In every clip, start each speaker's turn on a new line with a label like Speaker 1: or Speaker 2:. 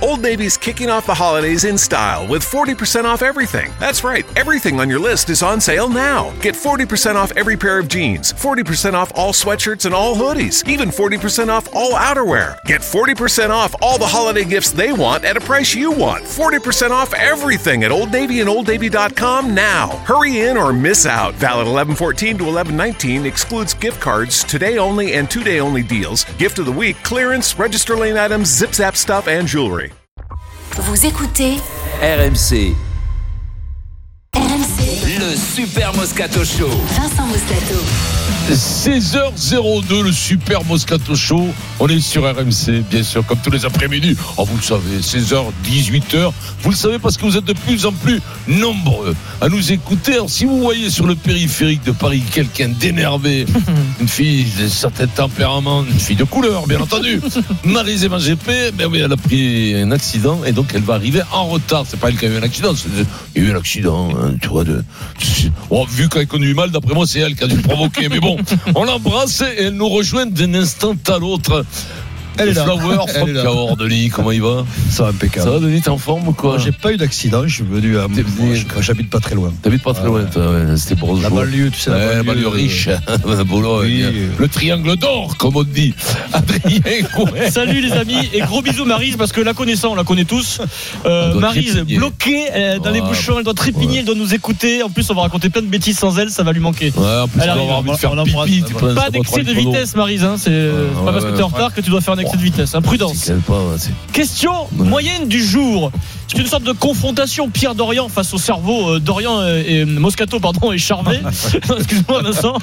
Speaker 1: Old Navy's kicking off the holidays in style with 40% off everything. That's right, everything on your list is on sale now. Get 40% off every pair of jeans, 40% off all sweatshirts and all hoodies, even 40% off all outerwear. Get 40% off all the holiday gifts they want at a price you want. 40% off everything at Old Navy and OldNavy.com now. Hurry in or miss out. Valid 1114 to 1119 excludes gift cards, today only and two day only deals, gift of the week, clearance, register lane items, zip zap stuff, and jewelry.
Speaker 2: Vous écoutez
Speaker 3: RMC,
Speaker 2: RMC
Speaker 3: le Super Moscato Show.
Speaker 2: Vincent Moscato.
Speaker 4: 16h02, le super Moscato Show. On est sur RMC, bien sûr, comme tous les après-midi. Oh, vous le savez, 16h, 18h. Vous le savez parce que vous êtes de plus en plus nombreux à nous écouter. Alors, si vous voyez sur le périphérique de Paris quelqu'un d'énervé, une fille d'un certain tempérament, une fille de couleur, bien entendu, Marie-Zéma GP, ben oui, elle a pris un accident et donc elle va arriver en retard. C'est pas elle qui a eu un accident, c'est- il y a eu un accident, hein, tu vois. De... Oh, vu qu'elle conduit mal, d'après moi, c'est elle qui a dû le provoquer. Mais bon, on l'embrasse et elle nous rejoint d'un instant à l'autre.
Speaker 5: Elle est là.
Speaker 4: Flower,
Speaker 5: Elle
Speaker 4: Franck
Speaker 5: est là.
Speaker 4: Cahors, Denis, comment il va
Speaker 5: Ça va
Speaker 4: Ça va,
Speaker 5: impeccable.
Speaker 4: Denis, t'es en forme ou quoi
Speaker 5: Moi, J'ai pas eu d'accident, je suis venu à.
Speaker 4: T'es venu-
Speaker 5: moi, je- J'habite pas très loin.
Speaker 4: T'habites pas très loin, toi, ouais, c'était pour
Speaker 5: La banlieue, tu sais, la
Speaker 4: Ouais,
Speaker 5: banlieue,
Speaker 4: la banlieue
Speaker 5: euh,
Speaker 4: riche, Boulogne.
Speaker 5: oui.
Speaker 4: le triangle d'or, comme on dit. Adrien Gouet.
Speaker 6: Salut les amis et gros bisous Marise parce que la connaissant, on la connaît tous.
Speaker 4: Elle
Speaker 6: Euh,
Speaker 4: doit
Speaker 6: Marise
Speaker 4: trépigner.
Speaker 6: bloquée euh, dans les
Speaker 4: Ouais.
Speaker 6: bouchons, elle doit trépigner, elle doit nous écouter. En plus, on va raconter plein de bêtises sans elle, ça va lui manquer.
Speaker 4: Ouais, en plus, on
Speaker 6: Elle
Speaker 4: va
Speaker 6: arrive,
Speaker 4: avoir envie de
Speaker 6: on
Speaker 4: faire
Speaker 6: l'embrasse.
Speaker 4: pipi, tu penses,
Speaker 6: Pas
Speaker 4: ça va
Speaker 6: d'excès
Speaker 4: trop
Speaker 6: de
Speaker 4: être polo.
Speaker 6: vitesse, Marise. Hein, c'est euh,
Speaker 4: Ouais,
Speaker 6: c'est pas
Speaker 4: ouais,
Speaker 6: parce que t'es
Speaker 4: ouais.
Speaker 6: en retard que tu dois faire un excès de vitesse. Hein, prudence.
Speaker 4: C'est pas, ouais, c'est-
Speaker 6: Question moyenne du jour. C'est une sorte de confrontation Pierre Dorian face au cerveau euh, Dorian euh, et Moscato pardon et Charvet. Excuse-moi Vincent.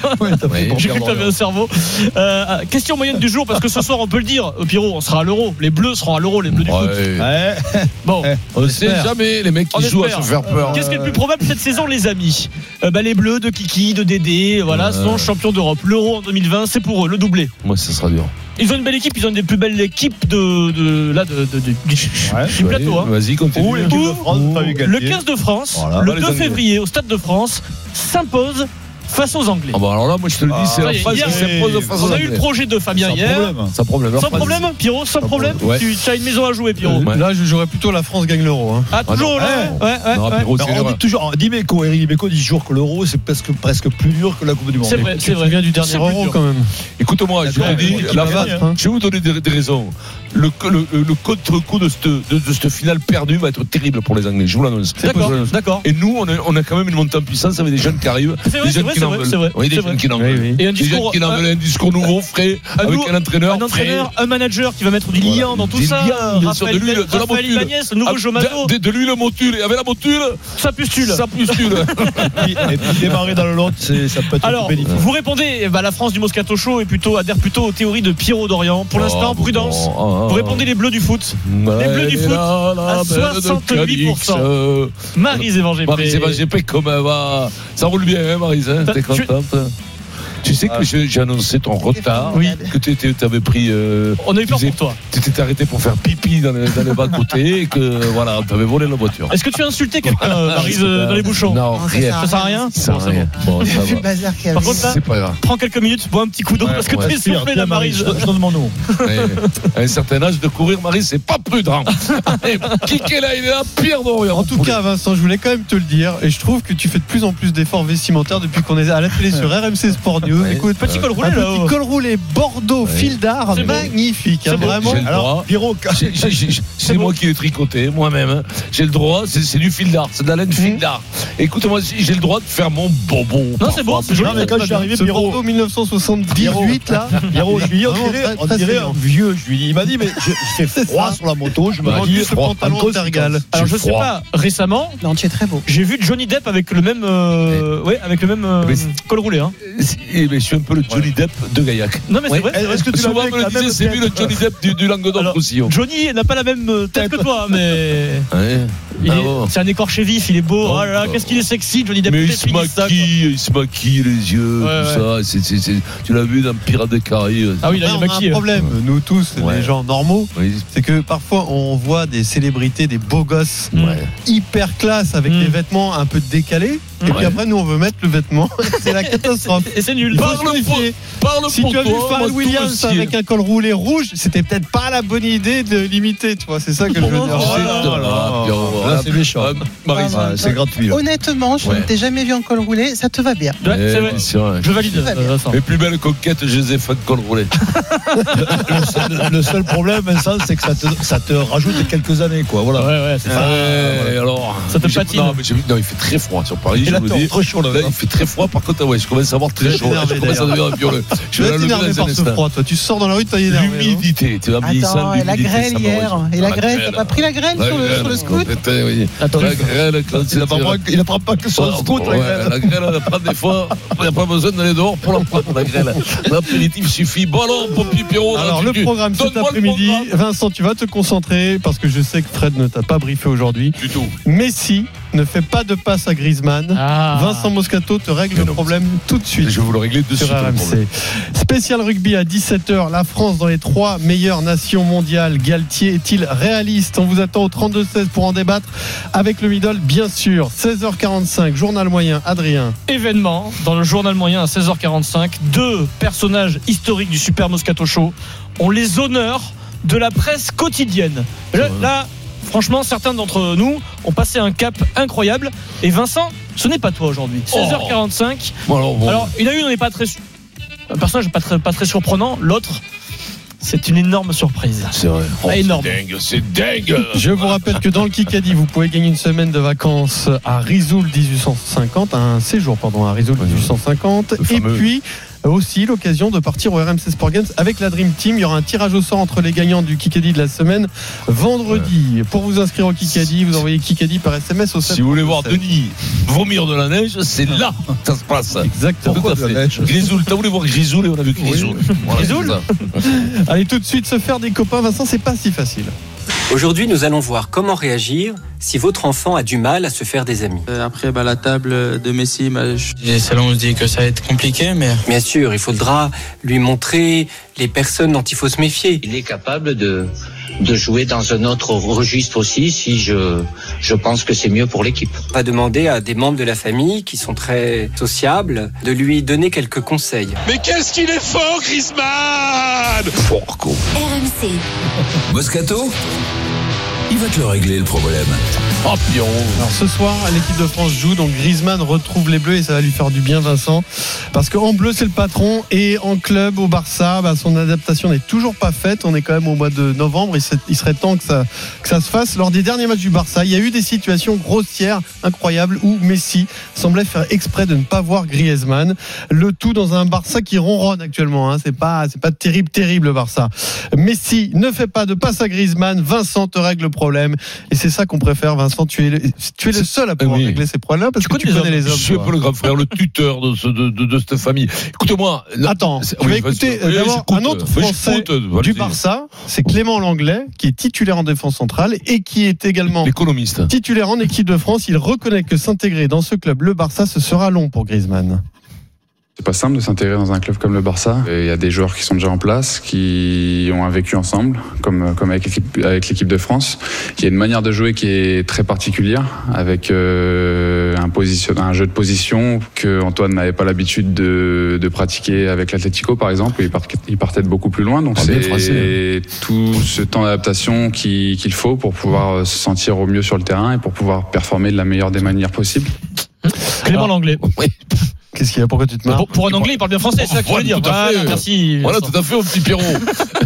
Speaker 4: pris
Speaker 6: J'ai cru que t'avais un cerveau. Euh, question moyenne du jour parce que ce soir on peut le dire, euh, Pierrot, on sera à l'euro. Les Bleus seront à l'euro, les Bleus du foot.
Speaker 4: Ouais.
Speaker 5: Ouais. Euh.
Speaker 6: Bon,
Speaker 4: On sait
Speaker 5: espère.
Speaker 4: jamais, les mecs
Speaker 6: On
Speaker 4: qui jouent à
Speaker 6: espère.
Speaker 4: se faire peur.
Speaker 6: qu'est-ce qui est le plus probable cette saison, les amis Euh, bah, Les Bleus de Kiki, de Dédé, voilà,
Speaker 4: Ouais.
Speaker 6: sont champions d'Europe. L'euro en 2020, c'est pour eux, le doublé.
Speaker 4: Moi, ça sera dur.
Speaker 6: Ils ont une belle équipe, ils ont une des plus belles équipes de, de- là de, de- de- du- du plateau. hein.
Speaker 4: Vas-y, continue.
Speaker 6: Ou-
Speaker 5: l'équipe de France,
Speaker 6: ou
Speaker 5: pas eu gagné.
Speaker 6: le 15 de France,
Speaker 5: Voilà.
Speaker 4: Pas
Speaker 6: le
Speaker 4: les
Speaker 6: 2
Speaker 4: Anglais.
Speaker 6: février, au Stade de France, s'impose face aux Anglais.
Speaker 4: Ah bah alors là, moi, je te le dis, c'est
Speaker 6: Ah,
Speaker 4: la
Speaker 6: hier,
Speaker 4: phrase qui s'impose de
Speaker 5: oui,
Speaker 4: face
Speaker 6: On
Speaker 4: aux
Speaker 6: a eu le
Speaker 4: Anglais.
Speaker 6: projet de Fabien
Speaker 5: Sans
Speaker 6: hier.
Speaker 5: problème.
Speaker 4: Sans problème. leur
Speaker 6: Sans
Speaker 4: phrase.
Speaker 6: problème, Pierrot, sans problème.
Speaker 4: problème. Ouais.
Speaker 6: Tu as une maison à jouer, Pierrot.
Speaker 4: Ouais.
Speaker 5: Là, je jouerais plutôt la France gagne l'euro. hein.
Speaker 6: Ah, toujours
Speaker 5: Ah
Speaker 6: là ouais, ouais,
Speaker 4: Non,
Speaker 6: ouais.
Speaker 4: Pierrot,
Speaker 5: Alors,
Speaker 4: c'est
Speaker 5: on
Speaker 4: dur.
Speaker 5: dit toujours, Dimeco, Eric Dimeco dit toujours que l'euro c'est presque, presque plus dur que la Coupe du Monde.
Speaker 6: C'est vrai,
Speaker 5: Tu
Speaker 6: c'est
Speaker 5: te
Speaker 6: vrai.
Speaker 5: souviens du
Speaker 6: C'est
Speaker 5: dernier
Speaker 6: plus
Speaker 5: euro
Speaker 6: dur.
Speaker 5: quand même.
Speaker 4: Écoute-moi, je vous
Speaker 5: Ouais,
Speaker 4: dis,
Speaker 5: ouais,
Speaker 4: la
Speaker 5: ouais,
Speaker 4: France-
Speaker 5: ouais, hein.
Speaker 4: je vais vous donner des, des raisons. Le, co- le, le contre-coup de cette, de, de cette finale perdue va être terrible pour les Anglais, je vous l'annonce.
Speaker 6: D'accord,
Speaker 4: Je vous l'annonce.
Speaker 6: d'accord.
Speaker 4: Et nous, on a, on a quand même une montée en puissance avec des jeunes qui arrivent.
Speaker 6: C'est vrai,
Speaker 4: des
Speaker 6: c'est
Speaker 4: jeunes
Speaker 6: vrai,
Speaker 4: qui
Speaker 6: c'est
Speaker 4: n'en
Speaker 6: vrai,
Speaker 4: veulent.
Speaker 6: c'est vrai.
Speaker 4: Oui, des
Speaker 6: C'est
Speaker 4: jeunes
Speaker 6: vrai.
Speaker 4: qui n'en
Speaker 5: Oui,
Speaker 4: veulent.
Speaker 5: oui.
Speaker 6: Et un
Speaker 4: Des jeunes
Speaker 6: discours,
Speaker 4: qui n'en
Speaker 6: un-
Speaker 4: veulent, un discours nouveau, frais,
Speaker 6: Un
Speaker 4: avec
Speaker 6: nou-
Speaker 4: un entraîneur.
Speaker 6: un entraîneur, un manager qui va mettre du
Speaker 4: Voilà.
Speaker 6: lien dans tout
Speaker 4: Des
Speaker 6: ça.
Speaker 4: liens, bien sûr, de
Speaker 6: Raphaël,
Speaker 4: l'huile, de la
Speaker 6: Raphaël
Speaker 4: motule.
Speaker 6: Ibanez, le
Speaker 4: Ah,
Speaker 6: nouveau Jomato,
Speaker 4: de, de, de l'huile au motule. Et avec la motule,
Speaker 6: ça pustule.
Speaker 4: ça pustule.
Speaker 5: Et puis- et puis démarrer dans le lot, c'est- ça peut être
Speaker 6: Alors,
Speaker 5: bénéfique.
Speaker 6: vous répondez, eh ben, la France du Moscato Show est plutôt, adhère plutôt aux théories de Pierrot d'Orient. Pour
Speaker 4: ah,
Speaker 6: l'instant, prudence. Vous répondez les bleus du foot.
Speaker 4: les
Speaker 6: Bleus du foot à 68%. Marie Zévangé.
Speaker 4: Marise, GP, comment elle va Ça roule bien, hein, Marise hein
Speaker 6: T'as-
Speaker 4: T'es
Speaker 6: Bah, tu- Ah.
Speaker 4: contente Tu sais que je- j'ai annoncé ton retard,
Speaker 6: Oui.
Speaker 4: que tu avais pris. euh,
Speaker 6: On a eu peur
Speaker 4: tu
Speaker 6: pour toi.
Speaker 4: t'étais arrêté pour faire pipi dans les, dans les bas-côtés et que voilà, t'avais volé la voiture.
Speaker 6: Est-ce que tu as insulté quelqu'un, euh, Maryse, euh, dans les bouchons
Speaker 4: Non,
Speaker 7: Non, ça
Speaker 4: rien.
Speaker 6: Ça sert à rien
Speaker 4: Ça,
Speaker 6: Bon, c'est
Speaker 4: rien. Bon, ça
Speaker 7: Vu le
Speaker 4: va.
Speaker 7: bazar qu'il y avait.
Speaker 6: Par contre, là,
Speaker 4: C'est pas grave.
Speaker 6: prends quelques minutes, bois un petit coup d'eau parce que
Speaker 4: ouais.
Speaker 6: t'es soufflé
Speaker 5: Bien,
Speaker 6: la
Speaker 5: Marie, je
Speaker 6: Marise.
Speaker 5: je donne mon nom.
Speaker 4: Mais à un certain âge de courir, Marie, c'est pas prudent. Allez, Kiké là, il est là, pire d'Orient.
Speaker 8: En tout cas, Vincent, je voulais quand même te le dire, et je trouve que tu fais de plus en plus d'efforts vestimentaires depuis qu'on est à la télé sur RMC Sport News.
Speaker 4: Ouais.
Speaker 8: Écoute,
Speaker 6: Petit col
Speaker 8: un
Speaker 6: roulé oh. là-haut.
Speaker 8: petit col roulé Bordeaux
Speaker 4: Ouais.
Speaker 8: fil d'art,
Speaker 6: C'est beau.
Speaker 8: magnifique, hein,
Speaker 6: C'est beau.
Speaker 8: vraiment.
Speaker 4: J'ai le droit.
Speaker 5: Alors, Pierrot,
Speaker 4: Ah, J'ai- j'ai- j'ai- C'est moi qui l'ai tricoté, moi-même. hein. J'ai le droit, c'est c'est du fil d'art, c'est de la laine fil d'art. Écoute-moi, j'ai j'ai le droit de faire mon bonbon.
Speaker 6: Non, c'est bon, c'est joli.
Speaker 5: Non, mais quand je suis arrivé,
Speaker 8: Ce
Speaker 5: Pierrot,
Speaker 8: Bordeaux 1978 là.
Speaker 5: Pierrot, je lui dis, on
Speaker 8: Vraiment,
Speaker 5: dirait,
Speaker 8: Oh, très-
Speaker 5: on
Speaker 8: très
Speaker 5: dirait
Speaker 8: saillant.
Speaker 5: un vieux. Je lui dis, il m'a dit, mais je, je fais froid
Speaker 8: ça.
Speaker 5: sur la moto, je me
Speaker 4: Bah,
Speaker 8: En
Speaker 5: dis,
Speaker 8: plus, ce
Speaker 5: froid,
Speaker 8: pantalon
Speaker 5: en cause,
Speaker 8: te régale.
Speaker 6: Alors
Speaker 4: J'ai
Speaker 6: je sais
Speaker 4: froid.
Speaker 6: pas, récemment,
Speaker 7: Non, tu es très beau.
Speaker 6: j'ai vu Johnny Depp avec le même, euh, ouais, avec le même euh,
Speaker 4: Mais c'est-
Speaker 6: col roulé. Hein.
Speaker 4: Eh ben, je suis un peu le Johnny Depp de Gaillac.
Speaker 6: Non mais c'est
Speaker 4: Ouais.
Speaker 6: vrai.
Speaker 5: Est-ce que tu l'as vu
Speaker 4: Souvent, on
Speaker 5: avec
Speaker 4: me le
Speaker 5: la
Speaker 4: disait,
Speaker 5: même
Speaker 4: c'est lui le Johnny Depp du, du Languedoc
Speaker 6: Alors,
Speaker 4: aussi. oh.
Speaker 6: Johnny n'a pas la même euh, tête que toi, mais
Speaker 4: Ouais.
Speaker 6: il
Speaker 4: Ah
Speaker 6: est-
Speaker 4: bon.
Speaker 6: c'est un écorché vif, il est beau.
Speaker 4: Non,
Speaker 6: Oh là là,
Speaker 4: non.
Speaker 6: qu'est-ce qu'il est sexy, Johnny Depp.
Speaker 4: Mais il
Speaker 6: Peut-être
Speaker 4: se
Speaker 6: finisse ça, quoi.
Speaker 4: maquille, il se maquille les yeux,
Speaker 6: Ouais,
Speaker 4: tout ça. C'est- c'est- c'est- tu l'as vu dans Pirates des Caraïbes.
Speaker 6: Ah oui, là,
Speaker 8: Après, on a
Speaker 6: il est
Speaker 8: hein. un
Speaker 6: maquillé.
Speaker 8: problème, nous tous,
Speaker 4: Ouais.
Speaker 8: les gens normaux,
Speaker 4: Oui.
Speaker 8: c'est que parfois on voit des célébrités, des beaux gosses
Speaker 6: Mm.
Speaker 4: Ouais.
Speaker 8: hyper classe avec
Speaker 6: Mm.
Speaker 8: des vêtements un peu décalés. Et
Speaker 4: Ouais.
Speaker 8: puis après, nous, on veut mettre le vêtement. C'est la catastrophe.
Speaker 6: Et c'est nul.
Speaker 8: Il faut
Speaker 4: Parle
Speaker 8: se
Speaker 4: pour-
Speaker 8: méfier.
Speaker 4: Parle
Speaker 8: Si
Speaker 4: pour
Speaker 8: tu as vu
Speaker 4: toi, moi,
Speaker 8: Pharrell
Speaker 4: tout
Speaker 8: Williams
Speaker 4: me sied.
Speaker 8: avec un col roulé rouge, c'était peut-être pas la bonne idée de l'imiter, tu vois. C'est ça que je veux
Speaker 4: Oh
Speaker 8: dire.
Speaker 4: là là, Pierrot,
Speaker 5: Là,
Speaker 4: là,
Speaker 5: c'est méchant.
Speaker 4: euh, Marisa,
Speaker 5: Ouais, c'est gratuit. là.
Speaker 7: Honnêtement, je
Speaker 4: Ouais.
Speaker 7: ne t'ai jamais vu en col roulé, ça te va bien.
Speaker 6: Ouais,
Speaker 4: eh,
Speaker 6: c'est vrai.
Speaker 4: c'est vrai.
Speaker 6: Je valide. euh, Vincent.
Speaker 4: Mes plus belles coquettes, je les ai faites col roulé.
Speaker 5: Le seul- Le seul problème, Vincent, c'est que ça te, ça te rajoute quelques années, quoi.
Speaker 6: Ouais,
Speaker 5: Voilà.
Speaker 6: ouais, c'est ça.
Speaker 4: Ouais, alors,
Speaker 6: Ah, Ça te
Speaker 4: j'ai-
Speaker 6: patine.
Speaker 4: Non, mais j'ai- non, il fait très froid sur Paris.
Speaker 5: Et
Speaker 4: je
Speaker 5: là,
Speaker 4: vous le
Speaker 5: t'es
Speaker 4: dis. ben,
Speaker 5: trop chaud, là.
Speaker 4: Là, il fait très froid. Par contre, ah ouais, je commence à avoir très
Speaker 8: Tu vas
Speaker 4: chaud. Je
Speaker 8: t'énerver,
Speaker 4: commence à devenir violeux.
Speaker 8: Tu
Speaker 4: Je
Speaker 8: vas
Speaker 4: vais la
Speaker 8: t'énerver
Speaker 4: lever dans un
Speaker 8: par ce
Speaker 4: instant.
Speaker 8: froid, toi. Tu sors dans la rue, t'as énervé. hein.
Speaker 4: L'humidité, tu vas
Speaker 7: Attends, et la grêle hier, et la grêle, t'as pas pris la grêle sur le, sur le scoot
Speaker 6: Attends,
Speaker 4: La grêle, quand
Speaker 5: Il n'apprend pas, il apprend pas que son scout, la
Speaker 4: Ouais,
Speaker 5: grève.
Speaker 4: La grêle, on la prend des fois. Il n'y a pas besoin d'aller dehors pour la prendre, la grêle. L'apéritif suffit. Bon, alors, Pompy Pierrot,
Speaker 8: Alors
Speaker 4: tu-
Speaker 8: le
Speaker 4: tu-
Speaker 8: programme cet
Speaker 4: donne-moi le
Speaker 8: après-midi,
Speaker 4: programme.
Speaker 8: Vincent, tu vas te concentrer parce que je sais que Fred ne t'a pas briefé aujourd'hui.
Speaker 4: Du tout.
Speaker 8: Messi ne fait pas de passe à Griezmann.
Speaker 6: Ah.
Speaker 8: Vincent Moscato te règle
Speaker 4: Mais
Speaker 8: le
Speaker 4: non.
Speaker 8: problème tout de
Speaker 4: Je
Speaker 8: suite.
Speaker 4: vais vous le régler de
Speaker 8: sur
Speaker 4: suite. le problème.
Speaker 8: RMC. Spécial rugby à 17h, la France dans les trois meilleures nations mondiales. Galtier est-il réaliste On vous attend au 32-16 pour en débattre avec le middle, bien sûr. 16h45, journal moyen, Adrien.
Speaker 6: événement dans le journal moyen à 16h45. Deux personnages historiques du Super Moscato Show ont les honneurs de la presse quotidienne. Là, là, franchement, certains d'entre nous ont passé un cap incroyable. Et Vincent, ce n'est pas toi aujourd'hui. 16h45.
Speaker 4: Bon, alors, Oh. bon.
Speaker 6: Alors, il y en a une, on n'est pas très. su- Un personnage pas très, pas très surprenant. L'autre, c'est une énorme surprise.
Speaker 4: c'est vrai. Oh,
Speaker 6: Ah,
Speaker 4: c'est
Speaker 6: énorme.
Speaker 4: dingue, c'est dingue.
Speaker 8: Je vous rappelle que dans le Kikadi, vous pouvez gagner une semaine de vacances à Risoul 1850, un séjour pardon à Risoul 1850,
Speaker 4: Le
Speaker 8: et
Speaker 4: fameux.
Speaker 8: puis aussi l'occasion de partir au RMC Sport Games avec la Dream Team. Il y aura un tirage au sort entre les gagnants du Kikadi de la semaine vendredi. Pour vous inscrire au Kikadi, vous envoyez Kikadi par SMS au 7.
Speaker 4: Si vous voulez voir Denis vomir de la neige, c'est là que ça se passe.
Speaker 8: Exactement.
Speaker 4: Tout à
Speaker 5: de la
Speaker 4: fait.
Speaker 5: neige
Speaker 4: Grisoul, t'as voulu voir Grisoul et on a vu Grisoul. Voilà,
Speaker 8: Grisoul
Speaker 4: c'est ça.
Speaker 8: Allez tout de suite se faire des copains, Vincent, c'est pas si facile.
Speaker 9: Aujourd'hui, nous allons voir comment réagir si votre enfant a du mal à se faire des amis.
Speaker 10: Après, bah, la table de Messi, bah, je-
Speaker 9: Bien sûr, il faudra lui montrer les personnes dont il faut se méfier.
Speaker 11: Il est capable de, de jouer dans un autre registre aussi si je, je pense que c'est mieux pour l'équipe.
Speaker 9: On va demander à des membres de la famille qui sont très sociables de lui donner quelques conseils.
Speaker 4: Mais qu'est-ce qu'il est fort, Griezmann Fort con.
Speaker 2: RMC.
Speaker 3: Moscato Il va te le régler le problème.
Speaker 4: Oh, Pierrot.
Speaker 8: Alors ce soir, l'équipe de France joue, donc Griezmann retrouve les Bleus et ça va lui faire du bien, Vincent, parce qu'en bleu c'est le patron et en club au Barça, bah, son adaptation n'est toujours pas faite. On est quand même au mois de novembre, il, se- il serait temps que ça, que ça se fasse. Lors des derniers matchs du Barça, il y a eu des situations grossières, incroyables, où Messi semblait faire exprès de ne pas voir Griezmann. Le tout dans un Barça qui ronronne actuellement. Hein. C'est pas, c'est pas terrible, terrible le Barça. Messi ne fait pas de passe à Griezmann. Vincent te règle le problème. Et c'est ça qu'on préfère, Vincent. Tu es le, tu es le seul à pouvoir
Speaker 4: oui.
Speaker 8: régler ces problèmes-là parce
Speaker 6: euh, Tu
Speaker 8: que
Speaker 6: connais
Speaker 8: tu connais
Speaker 6: les
Speaker 8: les hommes.
Speaker 4: Je suis un
Speaker 8: toi.
Speaker 4: peu le grand frère, le tuteur de, ce- de, de- de cette famille. Écoutez-moi. là-
Speaker 8: Attends,
Speaker 4: c'est-
Speaker 8: tu vas écouter euh,
Speaker 4: vas-y. Oui,
Speaker 8: d'abord
Speaker 4: j'écoute.
Speaker 8: un autre
Speaker 4: Oui, j'écoute.
Speaker 8: Français
Speaker 4: Vas-y.
Speaker 8: Du Barça, c'est Clément Langlais, qui est titulaire en défense centrale et qui est également
Speaker 4: L'économiste.
Speaker 8: titulaire en équipe de France. Il reconnaît que s'intégrer dans ce club, le Barça, ce sera long pour Griezmann.
Speaker 10: C'est pas simple de s'intégrer dans un club comme le Barça. Et Il y a des joueurs qui sont déjà en place, qui ont un vécu ensemble, comme, comme avec l'équipe avec l'équipe de France. Il y a une manière de jouer qui est très particulière, avec euh, un, position, un jeu de position que Antoine n'avait pas l'habitude de, de pratiquer avec l'Atlético, par exemple, où il, part- il partait de beaucoup plus loin. Donc
Speaker 4: Ah, bien
Speaker 10: c'est
Speaker 4: français.
Speaker 10: tout ce temps d'adaptation qui- qu'il faut pour pouvoir euh, se sentir au mieux sur le terrain et pour pouvoir performer de la meilleure des manières possibles.
Speaker 5: Ah.
Speaker 6: Clément Langlais.
Speaker 4: Oui.
Speaker 8: Qu'est-ce qu'il y a Pourquoi tu te marres
Speaker 6: Pour, pour un anglais, il parle bien français, c'est ça que je veux
Speaker 4: Voilà,
Speaker 6: dire.
Speaker 4: tout à fait.
Speaker 6: Voilà, merci.
Speaker 4: Voilà,
Speaker 6: Vincent.
Speaker 4: tout à fait, mon petit Pierrot.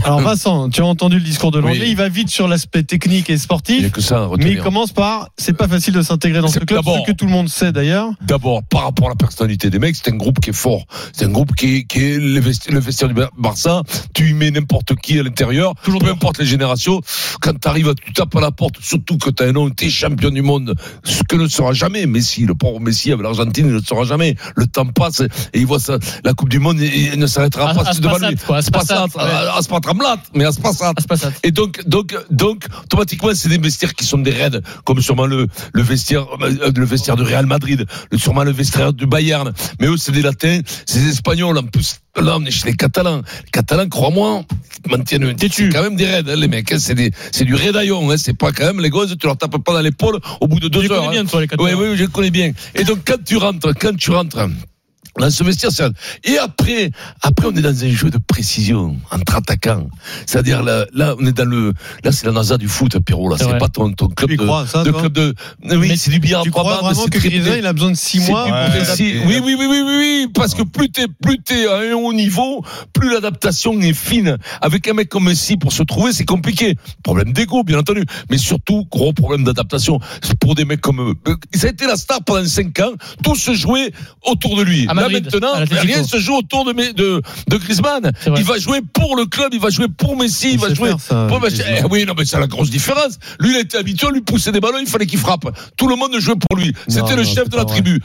Speaker 8: Alors Vincent, tu as entendu le discours de l'anglais,
Speaker 4: Oui.
Speaker 8: il va vite sur l'aspect technique et
Speaker 4: Il n'y a
Speaker 8: sportif.
Speaker 4: que ça à
Speaker 8: Mais il
Speaker 4: retenir.
Speaker 8: commence par c'est pas facile de s'intégrer dans ce
Speaker 4: C'est
Speaker 8: club,
Speaker 4: d'abord-
Speaker 8: ce que tout le monde sait d'ailleurs.
Speaker 4: D'abord, par rapport à la personnalité des mecs, c'est un groupe qui est fort. C'est un groupe qui est, qui est le vesti- le vestiaire du Bar- Barça. Tu y mets n'importe qui à l'intérieur,
Speaker 6: Toujours
Speaker 4: peu
Speaker 6: dur.
Speaker 4: importe les générations. Quand tu arrives, tu tapes à la porte, surtout que tu as un nom, tu es champion du monde, ce que ne sera jamais Messi. Le pauvre Messi avec l'Argentine, il ne le sera jamais. Le temps passe et il voit ça, la Coupe du Monde et il ne s'arrêtera
Speaker 6: As-
Speaker 4: pas c'est devant
Speaker 6: Aspassat,
Speaker 4: lui.
Speaker 6: quoi, Aspassat,
Speaker 4: Aspassat,
Speaker 6: ouais.
Speaker 4: à Aspatramblat, mais Aspassat.
Speaker 6: Ah, c'est pas ça.
Speaker 4: Et donc, donc, donc, automatiquement, c'est des vestiaires qui sont des raids, comme sûrement le, le vestiaire, euh, le vestiaire de Real Madrid, le, sûrement le vestiaire du Bayern. Mais eux, c'est des Latins, c'est des Espagnols, en plus Là, on est chez les Catalans. Les Catalans, crois-moi, maintiennent un C'est quand même des raids, hein, les mecs. hein, c'est, des- c'est du raidaillon. Hein, c'est pas quand même les gosses, tu leur tapes pas dans l'épaule au bout de deux
Speaker 6: les
Speaker 4: heures. hein.
Speaker 6: connais bien, toi, les Catalans.
Speaker 4: Oui, oui, je les connais bien. Et donc, quand tu rentres, quand tu rentres dans ce vestiaire, c'est- et après, après, on est dans un jeu de précision entre attaquants. C'est-à-dire, là, là, on est dans le, là, c'est la NASA du foot, Pierrot, là.
Speaker 8: C'est
Speaker 4: C'est
Speaker 8: vrai.
Speaker 4: pas ton, ton club
Speaker 8: Tu y
Speaker 4: de,
Speaker 8: crois, ça,
Speaker 4: de
Speaker 8: toi
Speaker 4: club de, oui,
Speaker 8: Mais
Speaker 4: c'est du billard
Speaker 8: tu
Speaker 4: trois
Speaker 8: crois
Speaker 4: bandes,
Speaker 8: vraiment
Speaker 4: c'est
Speaker 8: que
Speaker 4: très-
Speaker 8: Griezmann, il a besoin de six
Speaker 4: c'est
Speaker 8: mois
Speaker 4: plus
Speaker 8: pour
Speaker 4: précis.
Speaker 8: s'adapter.
Speaker 4: Oui, oui, oui, oui, oui, oui, parce que plus t'es, plus t'es à un haut niveau, plus l'adaptation est fine. Avec un mec comme Messi, pour se trouver, c'est compliqué. Problème d'ego, bien entendu. Mais surtout, gros problème d'adaptation. C'est Pour des mecs comme eux. Euh, Ça a été la star pendant 5 ans. Tout se jouait autour de lui.
Speaker 6: À
Speaker 4: Là,
Speaker 6: Madrid,
Speaker 4: maintenant,
Speaker 6: à l'Atlético.
Speaker 4: rien se joue autour de, mes- de, de Griezmann.
Speaker 6: vrai.
Speaker 4: Il va jouer pour le club, il va jouer pour Messi, il va
Speaker 8: sait
Speaker 4: jouer
Speaker 8: faire ça,
Speaker 4: pour Messi.
Speaker 8: Griezmann.
Speaker 4: Eh oui, non, mais c'est la grosse différence. Lui, il a été habitué à lui pousser des ballons, il fallait qu'il frappe. Tout le monde jouait pour lui. C'était
Speaker 8: Non,
Speaker 4: le
Speaker 8: non,
Speaker 4: chef
Speaker 8: c'est
Speaker 4: de la
Speaker 8: pas vrai.
Speaker 4: tribu.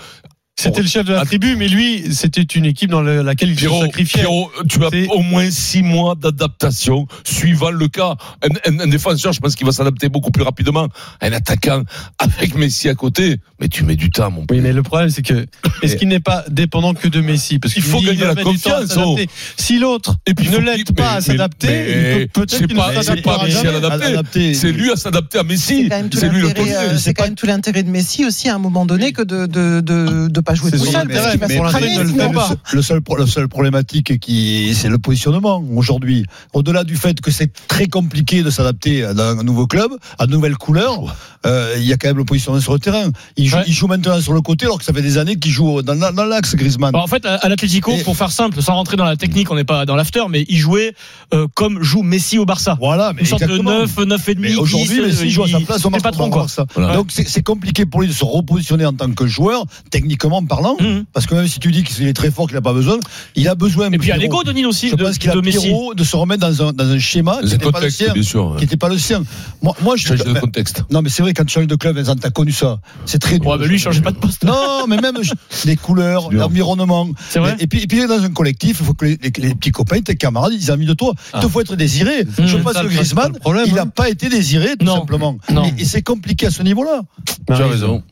Speaker 8: C'était le chef de la tribu, mais lui, c'était une équipe dans le- laquelle il se
Speaker 4: Pierrot,
Speaker 8: sacrifiait.
Speaker 4: Pierrot, tu as au moins six mois d'adaptation, suivant le cas. Un, un- un défenseur, je pense qu'il va s'adapter beaucoup plus rapidement. Un attaquant avec Messi à côté, mais tu mets du temps, mon
Speaker 8: Oui, mais le problème, c'est que est-ce qu'il n'est pas dépendant que de Messi Parce
Speaker 4: Il
Speaker 8: qu'il
Speaker 4: faut
Speaker 8: dit,
Speaker 4: gagner
Speaker 8: va
Speaker 4: la
Speaker 8: mettre du temps à
Speaker 4: confiance, oh.
Speaker 8: s'adapter. Si l'autre
Speaker 4: Et puis,
Speaker 8: ne
Speaker 4: faut
Speaker 8: l'aide
Speaker 4: qu'il-
Speaker 8: pas
Speaker 4: mais-
Speaker 8: à
Speaker 4: mais-
Speaker 8: s'adapter,
Speaker 4: mais
Speaker 8: il peut peut-être
Speaker 4: c'est
Speaker 8: qu'il
Speaker 4: pas,
Speaker 8: ne
Speaker 4: c'est
Speaker 8: s'adaptera
Speaker 4: pas Messi à
Speaker 8: jamais.
Speaker 4: l'adapter.
Speaker 5: Adapter.
Speaker 4: C'est lui à s'adapter à Messi.
Speaker 7: C'est quand même tout
Speaker 4: C'est lui le
Speaker 7: l'intérêt, euh,
Speaker 4: connu.
Speaker 7: c'est quand même tout l'intérêt de Messi aussi à un moment donné que de de de, de pas jouer
Speaker 5: C'est
Speaker 7: tout
Speaker 5: son
Speaker 7: seul parce
Speaker 5: intérêt,
Speaker 7: qu'il va
Speaker 5: mais
Speaker 7: se
Speaker 5: pour
Speaker 7: cramer
Speaker 5: l'instant,
Speaker 7: sinon
Speaker 5: le-
Speaker 7: pas.
Speaker 5: Le seul, pro- la seule problématique qui, c'est le positionnement aujourd'hui. Au-delà du fait que c'est très compliqué de s'adapter à un nouveau club, à de nouvelles couleurs, euh, il y a quand même le positionnement sur le terrain. Il joue,
Speaker 6: Ouais.
Speaker 5: il joue maintenant sur le côté, alors que ça fait des années qu'il joue dans, la- dans l'axe, Griezmann.
Speaker 6: Bah, en fait, à- à l'Atlético,
Speaker 5: Et-
Speaker 6: pour faire simple, sans rentrer dans la technique, on n'est pas dans l'after, mais il jouait euh, comme joue Messi au Barça.
Speaker 5: Voilà, mais
Speaker 6: Une sorte
Speaker 5: exactement.
Speaker 6: de euh, 9, 9,5.
Speaker 5: Mais aujourd'hui,
Speaker 6: 10,
Speaker 5: Messi joue à sa
Speaker 6: euh, il-
Speaker 5: place
Speaker 6: c'est
Speaker 5: au
Speaker 6: pas
Speaker 5: Barça.
Speaker 6: trop, quoi.
Speaker 5: Ça.
Speaker 4: Voilà.
Speaker 5: Donc c'est c'est compliqué pour lui de se repositionner en tant que joueur, techniquement parlant,
Speaker 6: Mhm.
Speaker 5: parce que même si tu dis qu'il est très fort, qu'il n'a pas besoin, il a besoin.
Speaker 6: Et puis à
Speaker 5: Pierrot,
Speaker 6: l'ego de Nil aussi,
Speaker 5: je
Speaker 6: de,
Speaker 5: pense qu'il a
Speaker 6: de Messi.
Speaker 5: Pierrot de se remettre dans un, dans un schéma qui
Speaker 4: C'est
Speaker 5: n'était pas le
Speaker 4: contexte,
Speaker 5: sien.
Speaker 4: bien sûr.
Speaker 5: Qui n'était pas le sien. Moi, moi je.
Speaker 4: Change de
Speaker 5: ben,
Speaker 4: contexte.
Speaker 5: non, mais c'est vrai, quand tu changes de club, Vincent, t'as connu ça. C'est très dur.
Speaker 6: Ouais, mais lui, il changeait pas de poste.
Speaker 5: Non, mais même je- les couleurs,
Speaker 4: C'est dur.
Speaker 5: l'environnement.
Speaker 6: C'est vrai
Speaker 5: Et puis, et puis, dans un collectif, il faut que les, les- les petits copains, tes camarades, ils aient envie de toi. Il te faut être désiré. Je
Speaker 6: Mmh.
Speaker 5: pense
Speaker 6: Ah. Ça,
Speaker 5: que
Speaker 6: c'est pas
Speaker 5: Griezmann,
Speaker 6: le problème,
Speaker 5: il
Speaker 6: hein.
Speaker 5: n'a pas été désiré, tout
Speaker 6: Non.
Speaker 5: simplement.
Speaker 6: Non.
Speaker 5: Et, et c'est compliqué à ce niveau-là.
Speaker 4: Tu as raison.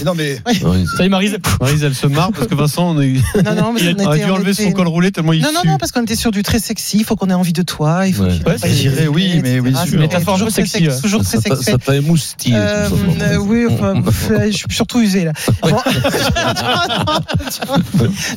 Speaker 5: Et Non, mais.
Speaker 4: Oui.
Speaker 6: Ça y est, Marise.
Speaker 8: Maryse, elle se marre parce que Vincent on est-
Speaker 7: Non non, mais
Speaker 8: il
Speaker 7: on
Speaker 8: a
Speaker 7: était-
Speaker 8: dû
Speaker 7: on
Speaker 8: enlever
Speaker 7: était-
Speaker 8: son col roulé tellement il
Speaker 7: Non non
Speaker 8: sue.
Speaker 7: non parce qu'on était sur du très sexy, il faut qu'on ait envie de toi, il faut
Speaker 4: Ouais.
Speaker 7: que tu-
Speaker 6: Ouais, c'est-
Speaker 5: désiré, oui, mais oui,
Speaker 7: etc.
Speaker 5: sûr.
Speaker 6: Métaphore un peu
Speaker 7: Toujours très
Speaker 6: sexy,
Speaker 7: sex-
Speaker 6: ouais.
Speaker 7: Toujours très
Speaker 4: hein. Ça t'a-
Speaker 7: sexy.
Speaker 4: Ça t'a émoustillé.
Speaker 7: Euh,
Speaker 4: tout Mm, ça.
Speaker 7: euh, oui, enfin, pff, euh, je suis surtout usé là. Bon.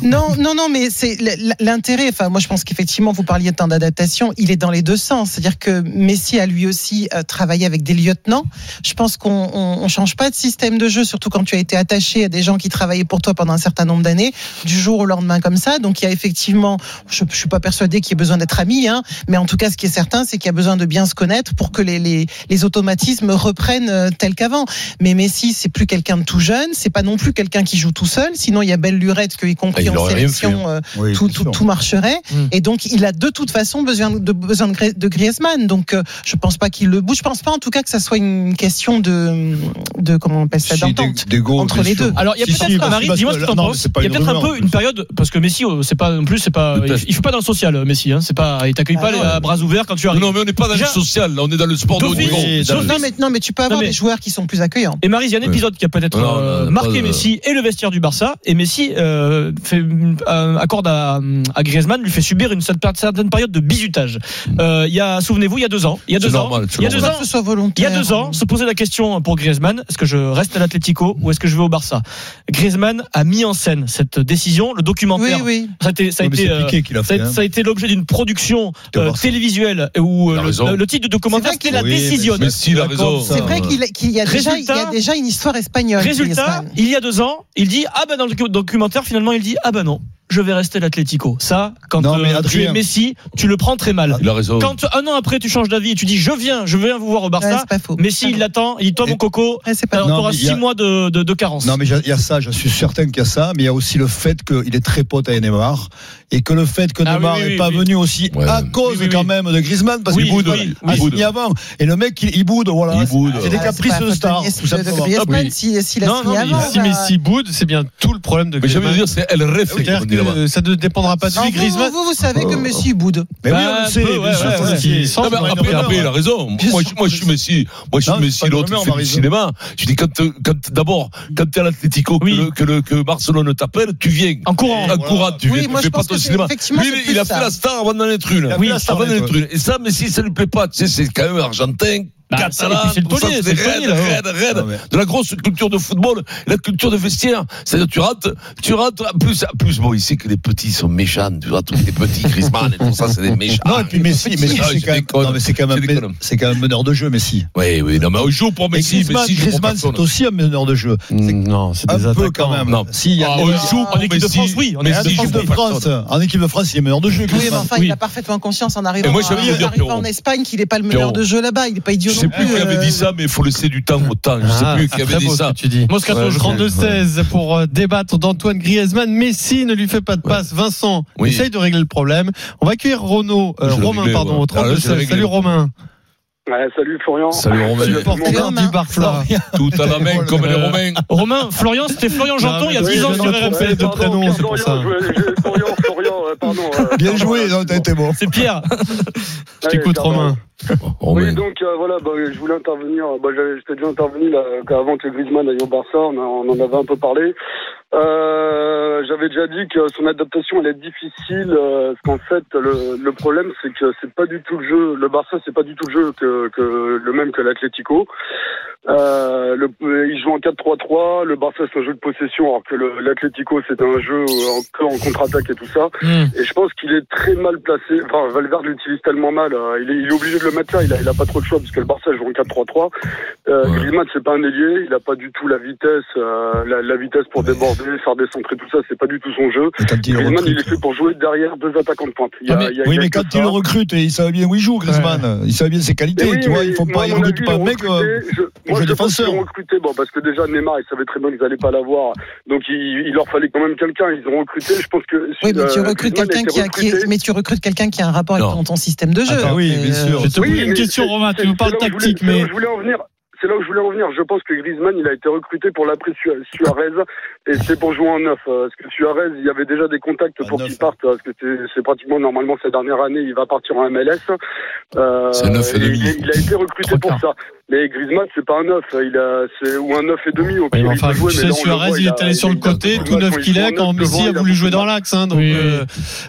Speaker 7: non, non, non, mais c'est l- l- l'intérêt. Enfin, moi, je pense qu'effectivement, vous parliez de temps d'adaptation. Il est dans les deux sens. C'est-à-dire que Messi a lui aussi euh, travaillé avec des lieutenants. Je pense qu'on on, on change pas de système de jeu, surtout quand tu as été attaché à des gens qui travaillaient pour toi pendant un certain nombre d'années, du jour au lendemain comme ça. Donc, il y a effectivement, je, je suis pas persuadé qu'il y ait besoin d'être ami, hein, mais en tout cas, ce qui est certain, c'est qu'il y a besoin de bien se connaître pour que les, les, les automatismes reprennent euh, tels qu'avant. Mais Messi, c'est plus quelqu'un de tout jeune, c'est pas non plus quelqu'un qui joue tout seul. Sinon, il y a belle lurette que, y compris
Speaker 4: Ah, il
Speaker 7: en
Speaker 4: aurait rien fait,
Speaker 7: sélection, euh,
Speaker 5: Oui,
Speaker 7: tout,
Speaker 5: bien
Speaker 7: tout,
Speaker 5: sûr.
Speaker 7: tout marcherait.
Speaker 6: Mm.
Speaker 7: Et donc, il a de toute façon besoin de, besoin de, Gri- de Griezmann. Donc, euh, je pense pas qu'il le bouge. Je pense pas, en tout cas, que ça soit une question de, de comment on appelle ça,
Speaker 5: Si,
Speaker 7: d'entente.
Speaker 5: des- des gros,
Speaker 7: entre
Speaker 5: bien
Speaker 7: les
Speaker 5: sûr.
Speaker 7: deux.
Speaker 6: Alors, il y a
Speaker 5: Si,
Speaker 6: peut-être,
Speaker 5: si, parce-
Speaker 6: Marie,
Speaker 5: parce
Speaker 6: dis-moi
Speaker 5: que
Speaker 6: ce que
Speaker 5: là-
Speaker 6: t'en
Speaker 5: non, mais
Speaker 6: penses.
Speaker 5: c'est pas
Speaker 6: Il y a
Speaker 5: une
Speaker 6: peut-être un
Speaker 5: rumeur, en
Speaker 6: peu
Speaker 5: plus.
Speaker 6: une période, parce que Messi, euh, c'est pas non plus, c'est pas, il,
Speaker 4: Peut-être.
Speaker 6: il fait pas dans le social, euh, Messi, hein, c'est pas, il t'accueille
Speaker 7: Ah
Speaker 6: pas
Speaker 7: non.
Speaker 6: les- à bras ouverts quand tu arrives.
Speaker 4: Non, mais on n'est pas dans le
Speaker 6: Déjà-
Speaker 4: social, là, on est dans le sport de haut
Speaker 6: D'office,
Speaker 4: niveau.
Speaker 8: Oui,
Speaker 6: d'office.
Speaker 7: Non mais, non, mais tu peux avoir
Speaker 6: mais-
Speaker 7: des joueurs qui sont plus accueillants.
Speaker 6: Et Marie, il y a un épisode qui a peut-être
Speaker 4: Non,
Speaker 6: euh,
Speaker 4: non, non,
Speaker 6: marqué
Speaker 4: pas de-
Speaker 6: Messi et le vestiaire du Barça. Et Messi euh, fait, euh, accorde à, à Griezmann, lui fait subir une certaine certaine période de bizutage. Euh, il y a, souvenez-vous, il y a deux ans, il y a
Speaker 4: C'est
Speaker 6: deux ans,
Speaker 4: normal, c'est
Speaker 6: il y a
Speaker 7: Je
Speaker 6: deux
Speaker 7: pense
Speaker 6: ans,
Speaker 7: pas que ce soit
Speaker 6: il y
Speaker 7: volontaire.
Speaker 6: a deux ans, se posait la question pour Griezmann est-ce que je reste à l'Atlético ou est-ce que je vais au Barça Griezmann a mis en scène cette décision, le
Speaker 7: Oui,
Speaker 6: documentaire.
Speaker 7: oui.
Speaker 6: Ça a été, ça a
Speaker 5: Oui, mais
Speaker 6: été,
Speaker 5: c'est
Speaker 6: euh,
Speaker 5: Piqué qui l'a
Speaker 6: ça a-
Speaker 5: fait, hein.
Speaker 6: ça a été l'objet d'une production
Speaker 5: De
Speaker 6: euh,
Speaker 5: Barça.
Speaker 6: télévisuelle où euh,
Speaker 4: Il a raison.
Speaker 6: le, le titre du documentaire
Speaker 7: C'est vrai
Speaker 6: c'était la
Speaker 5: qu'il- Oui, mais
Speaker 6: décision.
Speaker 4: Mais si, il a raison.
Speaker 5: C'est
Speaker 7: C'est vrai qu'il qu'il y, a déjà- il y a
Speaker 6: Résultat-
Speaker 7: déjà une histoire espagnole.
Speaker 6: Résultat,
Speaker 7: Griezmann.
Speaker 6: il y a deux ans, il dit ah ben dans le docu- documentaire finalement il dit ah ben non, je vais rester à l'Atlético. Ça, quand
Speaker 5: Non,
Speaker 6: euh,
Speaker 5: mais
Speaker 6: tu
Speaker 5: Adrien-
Speaker 6: es Messi, tu le prends très mal.
Speaker 4: Il a raison.
Speaker 6: Quand un an après tu changes d'avis et tu dis je viens, je viens vous voir au
Speaker 7: Ouais,
Speaker 6: Barça,
Speaker 7: c'est pas faux.
Speaker 6: Messi il l'attend, il dit toi mon coco,
Speaker 7: Ouais, c'est pas
Speaker 6: alors
Speaker 5: Non,
Speaker 6: t'auras
Speaker 5: mais il y
Speaker 6: six
Speaker 5: a-
Speaker 6: mois de, de, de carence.
Speaker 5: Non, mais il y a ça, je suis certain qu'il y a ça, mais il y a aussi le fait qu'il est très pote à Neymar et que le fait que
Speaker 6: Ah oui,
Speaker 5: Neymar
Speaker 6: oui,
Speaker 5: n'est
Speaker 6: oui,
Speaker 5: pas
Speaker 6: oui.
Speaker 5: venu aussi
Speaker 4: Ouais.
Speaker 5: à cause
Speaker 6: Oui, oui,
Speaker 5: quand
Speaker 6: oui.
Speaker 5: même de Griezmann parce
Speaker 6: Oui,
Speaker 5: qu'il boude
Speaker 6: oui,
Speaker 5: à
Speaker 4: il boude.
Speaker 5: signer avant. Et le mec, il, il boude, voilà.
Speaker 4: Il boude.
Speaker 5: C'est des
Speaker 7: Ah,
Speaker 5: caprices
Speaker 7: c'est pas
Speaker 5: de star.
Speaker 7: faute
Speaker 5: tout
Speaker 7: De, de
Speaker 5: simplement.
Speaker 7: Griezmann,
Speaker 4: Oui.
Speaker 7: si, s'il a
Speaker 6: Non,
Speaker 7: signé
Speaker 6: non, mais
Speaker 7: avant,
Speaker 8: Si
Speaker 7: bah,
Speaker 8: Messi boude, c'est bien tout le problème de
Speaker 4: Mais j'avais
Speaker 8: Griezmann.
Speaker 4: dire, c'est elle
Speaker 8: C'est-à-dire
Speaker 4: réfléchit.
Speaker 8: que que euh, ça ne dépendra pas de
Speaker 7: Non,
Speaker 8: lui,
Speaker 7: vous,
Speaker 8: Griezmann.
Speaker 7: vous, vous savez que Messi boude.
Speaker 5: Mais oui,
Speaker 6: Bah,
Speaker 5: on le sait,
Speaker 6: peu,
Speaker 5: bien
Speaker 6: ouais,
Speaker 5: sûr,
Speaker 6: ouais,
Speaker 5: faut
Speaker 6: ouais.
Speaker 5: le dire.
Speaker 6: Sans
Speaker 5: Non, mais
Speaker 6: qu'on ait
Speaker 5: après,
Speaker 6: une rumeur,
Speaker 5: après,
Speaker 4: Mbappé, il a raison. Moi,
Speaker 5: Bien sûr,
Speaker 4: je, moi, je suis Messi. Moi, je
Speaker 5: Non,
Speaker 4: suis
Speaker 5: c'est
Speaker 4: Messi,
Speaker 5: pas une
Speaker 4: l'autre, il
Speaker 5: rumeur,
Speaker 4: fait du
Speaker 5: Marisol.
Speaker 4: cinéma. Je dis, quand, te- quand, d'abord, quand t'es à l'Atletico, que
Speaker 6: Oui.
Speaker 4: le- que, le, que Barcelone t'appelle, tu viens.
Speaker 6: En courant.
Speaker 4: En courant, tu
Speaker 7: Oui,
Speaker 4: viens.
Speaker 7: moi, je
Speaker 4: tu fais pas
Speaker 7: pense
Speaker 4: ton
Speaker 7: que c'est-
Speaker 4: cinéma.
Speaker 7: effectivement,
Speaker 4: Lui,
Speaker 7: c'est
Speaker 4: il
Speaker 7: plus
Speaker 4: a fait
Speaker 7: ça.
Speaker 4: la star avant d'en être une.
Speaker 5: a fait
Speaker 4: Oui,
Speaker 5: la star
Speaker 4: avant d'en
Speaker 5: d'en
Speaker 4: être
Speaker 5: être
Speaker 4: une. Et ça, Messi, ça lui plaît pas. Tu sais, c'est quand même argentin.
Speaker 6: Bah,
Speaker 4: catalan,
Speaker 6: c'est- et puis c'est le
Speaker 4: tout ça,
Speaker 6: taulier,
Speaker 4: c'est
Speaker 6: c'est le
Speaker 4: raide,
Speaker 6: taulier, là,
Speaker 4: raide, raide.
Speaker 5: Non, mais-
Speaker 4: De la grosse culture de football, la culture de vestiaire. C'est-à-dire, tu rates, tu rates, en plus, en plus, bon, il sait que les petits sont méchants, tu vois, tous les petits, Griezmann et tout ça, c'est des méchants.
Speaker 5: Non, et puis Messi, Messi,
Speaker 4: Ah,
Speaker 5: c'est
Speaker 4: je
Speaker 5: quand même,
Speaker 4: déconne.
Speaker 5: non, mais c'est quand même,
Speaker 4: Je déconne.
Speaker 5: c'est quand même meneur de jeu, Messi.
Speaker 4: Oui, oui, non, mais on joue pour
Speaker 5: Mais
Speaker 4: Messi.
Speaker 5: Griezmann,
Speaker 4: Messi joue pour
Speaker 5: Griezmann, c'est
Speaker 4: personne.
Speaker 5: aussi un meneur de jeu.
Speaker 4: Mm,
Speaker 8: Non, c'est
Speaker 5: Un
Speaker 8: des
Speaker 5: peu
Speaker 8: attaquants.
Speaker 5: quand même.
Speaker 4: Non.
Speaker 5: Si, il y a
Speaker 4: Ah,
Speaker 5: un
Speaker 4: on
Speaker 5: meneur-
Speaker 4: joue pour
Speaker 6: En équipe de
Speaker 4: Messi.
Speaker 6: France, oui, en
Speaker 5: en
Speaker 4: Messi
Speaker 5: équipe
Speaker 4: joue
Speaker 5: de
Speaker 4: pour
Speaker 5: France,
Speaker 4: personne.
Speaker 5: en équipe de France, il est meneur de jeu.
Speaker 7: Oui, mais
Speaker 5: Griezmann.
Speaker 7: enfin,
Speaker 6: Oui.
Speaker 7: il a parfaitement conscience en arrivant,
Speaker 4: Et moi, j'ai
Speaker 7: en,
Speaker 4: envie de dire,
Speaker 7: arrivant en
Speaker 4: Pierrot.
Speaker 7: Espagne qu'il n'est pas le meilleur
Speaker 4: Pierrot.
Speaker 7: de jeu là-bas. Il n'est pas
Speaker 4: Je
Speaker 7: idiot
Speaker 4: sais
Speaker 7: non
Speaker 4: plus
Speaker 7: plus.
Speaker 4: qui avait
Speaker 7: euh,
Speaker 4: dit ça, mais il faut laisser du temps au temps. Je sais
Speaker 8: Ah,
Speaker 4: plus
Speaker 8: c'est
Speaker 4: qui avait
Speaker 8: très
Speaker 4: dit
Speaker 8: beau ce
Speaker 4: ça.
Speaker 8: que tu dis.
Speaker 6: Moscato,
Speaker 8: Ouais,
Speaker 6: je
Speaker 8: prends
Speaker 6: crois.
Speaker 8: 2-16 pour euh, débattre d'Antoine Griezmann. Messi ne lui fait pas de passe. Vincent,
Speaker 4: Oui.
Speaker 8: essaye de régler le problème. On va accueillir Renaud, euh,
Speaker 4: Je l'ai
Speaker 8: Romain,
Speaker 4: réglé,
Speaker 8: pardon,
Speaker 4: ouais.
Speaker 8: au
Speaker 4: Ah, là, je l'ai
Speaker 8: 32-16.
Speaker 4: réglé.
Speaker 8: Salut Romain.
Speaker 11: salut Florian.
Speaker 4: Salut Romain.
Speaker 8: Supporter
Speaker 7: Romain.
Speaker 8: du Barça.
Speaker 4: Tout à la main, comme les
Speaker 8: Euh,
Speaker 4: Romains.
Speaker 6: Romain, Florian, c'était Florian Janton il y a
Speaker 8: Oui,
Speaker 6: 10 ans
Speaker 8: je
Speaker 6: sur
Speaker 8: me
Speaker 6: RMC.
Speaker 8: trompais. de prénom, c'est pour ça.
Speaker 11: Florian, Florian, euh, pardon. euh,
Speaker 5: Bien
Speaker 11: pardon,
Speaker 5: joué,
Speaker 11: euh,
Speaker 5: non, t'as été bon.
Speaker 6: C'est Pierre.
Speaker 8: Je t'écoute
Speaker 11: Ouais,
Speaker 8: Romain.
Speaker 4: Romain.
Speaker 11: Oui, donc euh, voilà, bah, je voulais intervenir. Bah, j'avais- J'étais déjà intervenu là, avant que Griezmann aille au Barça, on, a- on en avait un peu parlé. Euh, J'avais déjà dit que son adaptation elle est difficile, euh, parce qu'en fait le, le problème c'est que c'est pas du tout le jeu. Le Barça c'est pas du tout le jeu que, que le même que l'Atlético. Euh, le- il joue en 4-3-3. Le Barça c'est un jeu de possession, alors que le- l'Atlético c'est un jeu en, que en contre-attaque et tout ça. Et je pense qu'il est très mal placé. Enfin, Valverde l'utilise tellement mal. euh, il, est, il est obligé de le mettre là. Il a, il a pas trop de choix parce que le Barça joue en 4-3-3. Euh,
Speaker 4: Ouais.
Speaker 11: Griezmann, c'est pas un ailier. Il a pas du tout la vitesse, euh, la, la vitesse pour déborder, faire des centres et tout ça. C'est pas du tout son jeu.
Speaker 5: Mais quand il le
Speaker 11: Griezmann, il est
Speaker 5: recrute.
Speaker 11: fait pour jouer derrière deux attaquants de pointe. Il y
Speaker 5: Ah,
Speaker 11: a-
Speaker 5: mais-
Speaker 11: il y a- il
Speaker 5: oui,
Speaker 11: y a
Speaker 5: mais
Speaker 11: que
Speaker 5: quand il
Speaker 11: ça.
Speaker 5: le recrute, et il savait bien où il joue, Griezmann. Il savait bien ses
Speaker 11: Mais
Speaker 5: qualités,
Speaker 11: oui,
Speaker 5: tu vois.
Speaker 11: mais
Speaker 5: Il faut
Speaker 11: moi,
Speaker 5: pas,
Speaker 11: à
Speaker 5: il
Speaker 11: mon
Speaker 5: recrute
Speaker 11: avis,
Speaker 5: pas
Speaker 11: ils
Speaker 5: un
Speaker 11: l'ont
Speaker 5: mec.
Speaker 11: recruté,
Speaker 5: euh,
Speaker 11: je, moi,
Speaker 5: jeu
Speaker 11: je pense qu'ils
Speaker 5: défenseur.
Speaker 11: l'ont recruté, bon, parce que déjà Neymar, ils savaient très bien qu'ils n'allaient pas l'avoir, donc il, il leur fallait quand même quelqu'un. Ils ont recruté, je pense que.
Speaker 7: Oui, mais tu
Speaker 11: euh,
Speaker 7: recrutes
Speaker 11: Griezmann
Speaker 7: quelqu'un
Speaker 11: été
Speaker 7: qui a, qui est-
Speaker 11: recruté.
Speaker 7: mais tu recrutes quelqu'un qui a un rapport
Speaker 4: Non.
Speaker 7: avec ton, ton système de jeu.
Speaker 5: Attends, oui,
Speaker 7: Et,
Speaker 5: bien
Speaker 7: euh,
Speaker 5: sûr.
Speaker 8: Je te
Speaker 11: Oui,
Speaker 8: pose une
Speaker 11: mais
Speaker 8: question
Speaker 11: c'est-
Speaker 8: Romain,
Speaker 11: c'est-
Speaker 8: tu me parles
Speaker 11: c'est là où je voulais-
Speaker 8: tactique
Speaker 11: c'est là où
Speaker 8: mais...
Speaker 11: je voulais en venir. C'est là où je voulais en venir. Je pense que Griezmann, il a été recruté pour l'après Su- Suarez et c'est pour jouer en neuf. Euh, Parce que Suarez, il y avait déjà des contacts
Speaker 5: En
Speaker 11: pour
Speaker 5: neuf,
Speaker 11: qu'il
Speaker 5: hein.
Speaker 11: parte. Parce que c'est c'est pratiquement normalement sa dernière année, il va partir en MLS. Euh,
Speaker 4: C'est neuf et
Speaker 11: il-
Speaker 4: demi.
Speaker 11: Il, a été recruté
Speaker 6: Trois
Speaker 11: pour
Speaker 6: quarts.
Speaker 11: ça. Mais Griezmann, c'est pas un neuf. Il a, c'est- ou un neuf et demi. Au
Speaker 8: Oui,
Speaker 11: pire,
Speaker 8: mais
Speaker 11: il
Speaker 8: enfin,
Speaker 11: peut jouer,
Speaker 8: tu
Speaker 11: mais
Speaker 8: sais,
Speaker 11: là, on le
Speaker 8: Suarez,
Speaker 11: voit,
Speaker 8: il est
Speaker 11: a-
Speaker 8: allé sur le
Speaker 11: il a-
Speaker 8: côté,
Speaker 11: il a-
Speaker 8: tout neuf
Speaker 11: il
Speaker 8: qu'il
Speaker 11: joue en
Speaker 8: est, quand
Speaker 11: neuf, le
Speaker 8: Messi
Speaker 11: voit,
Speaker 8: a
Speaker 11: il
Speaker 8: voulu jouer
Speaker 11: beaucoup de
Speaker 8: dans l'axe. hein, donc,
Speaker 6: Oui.
Speaker 8: euh,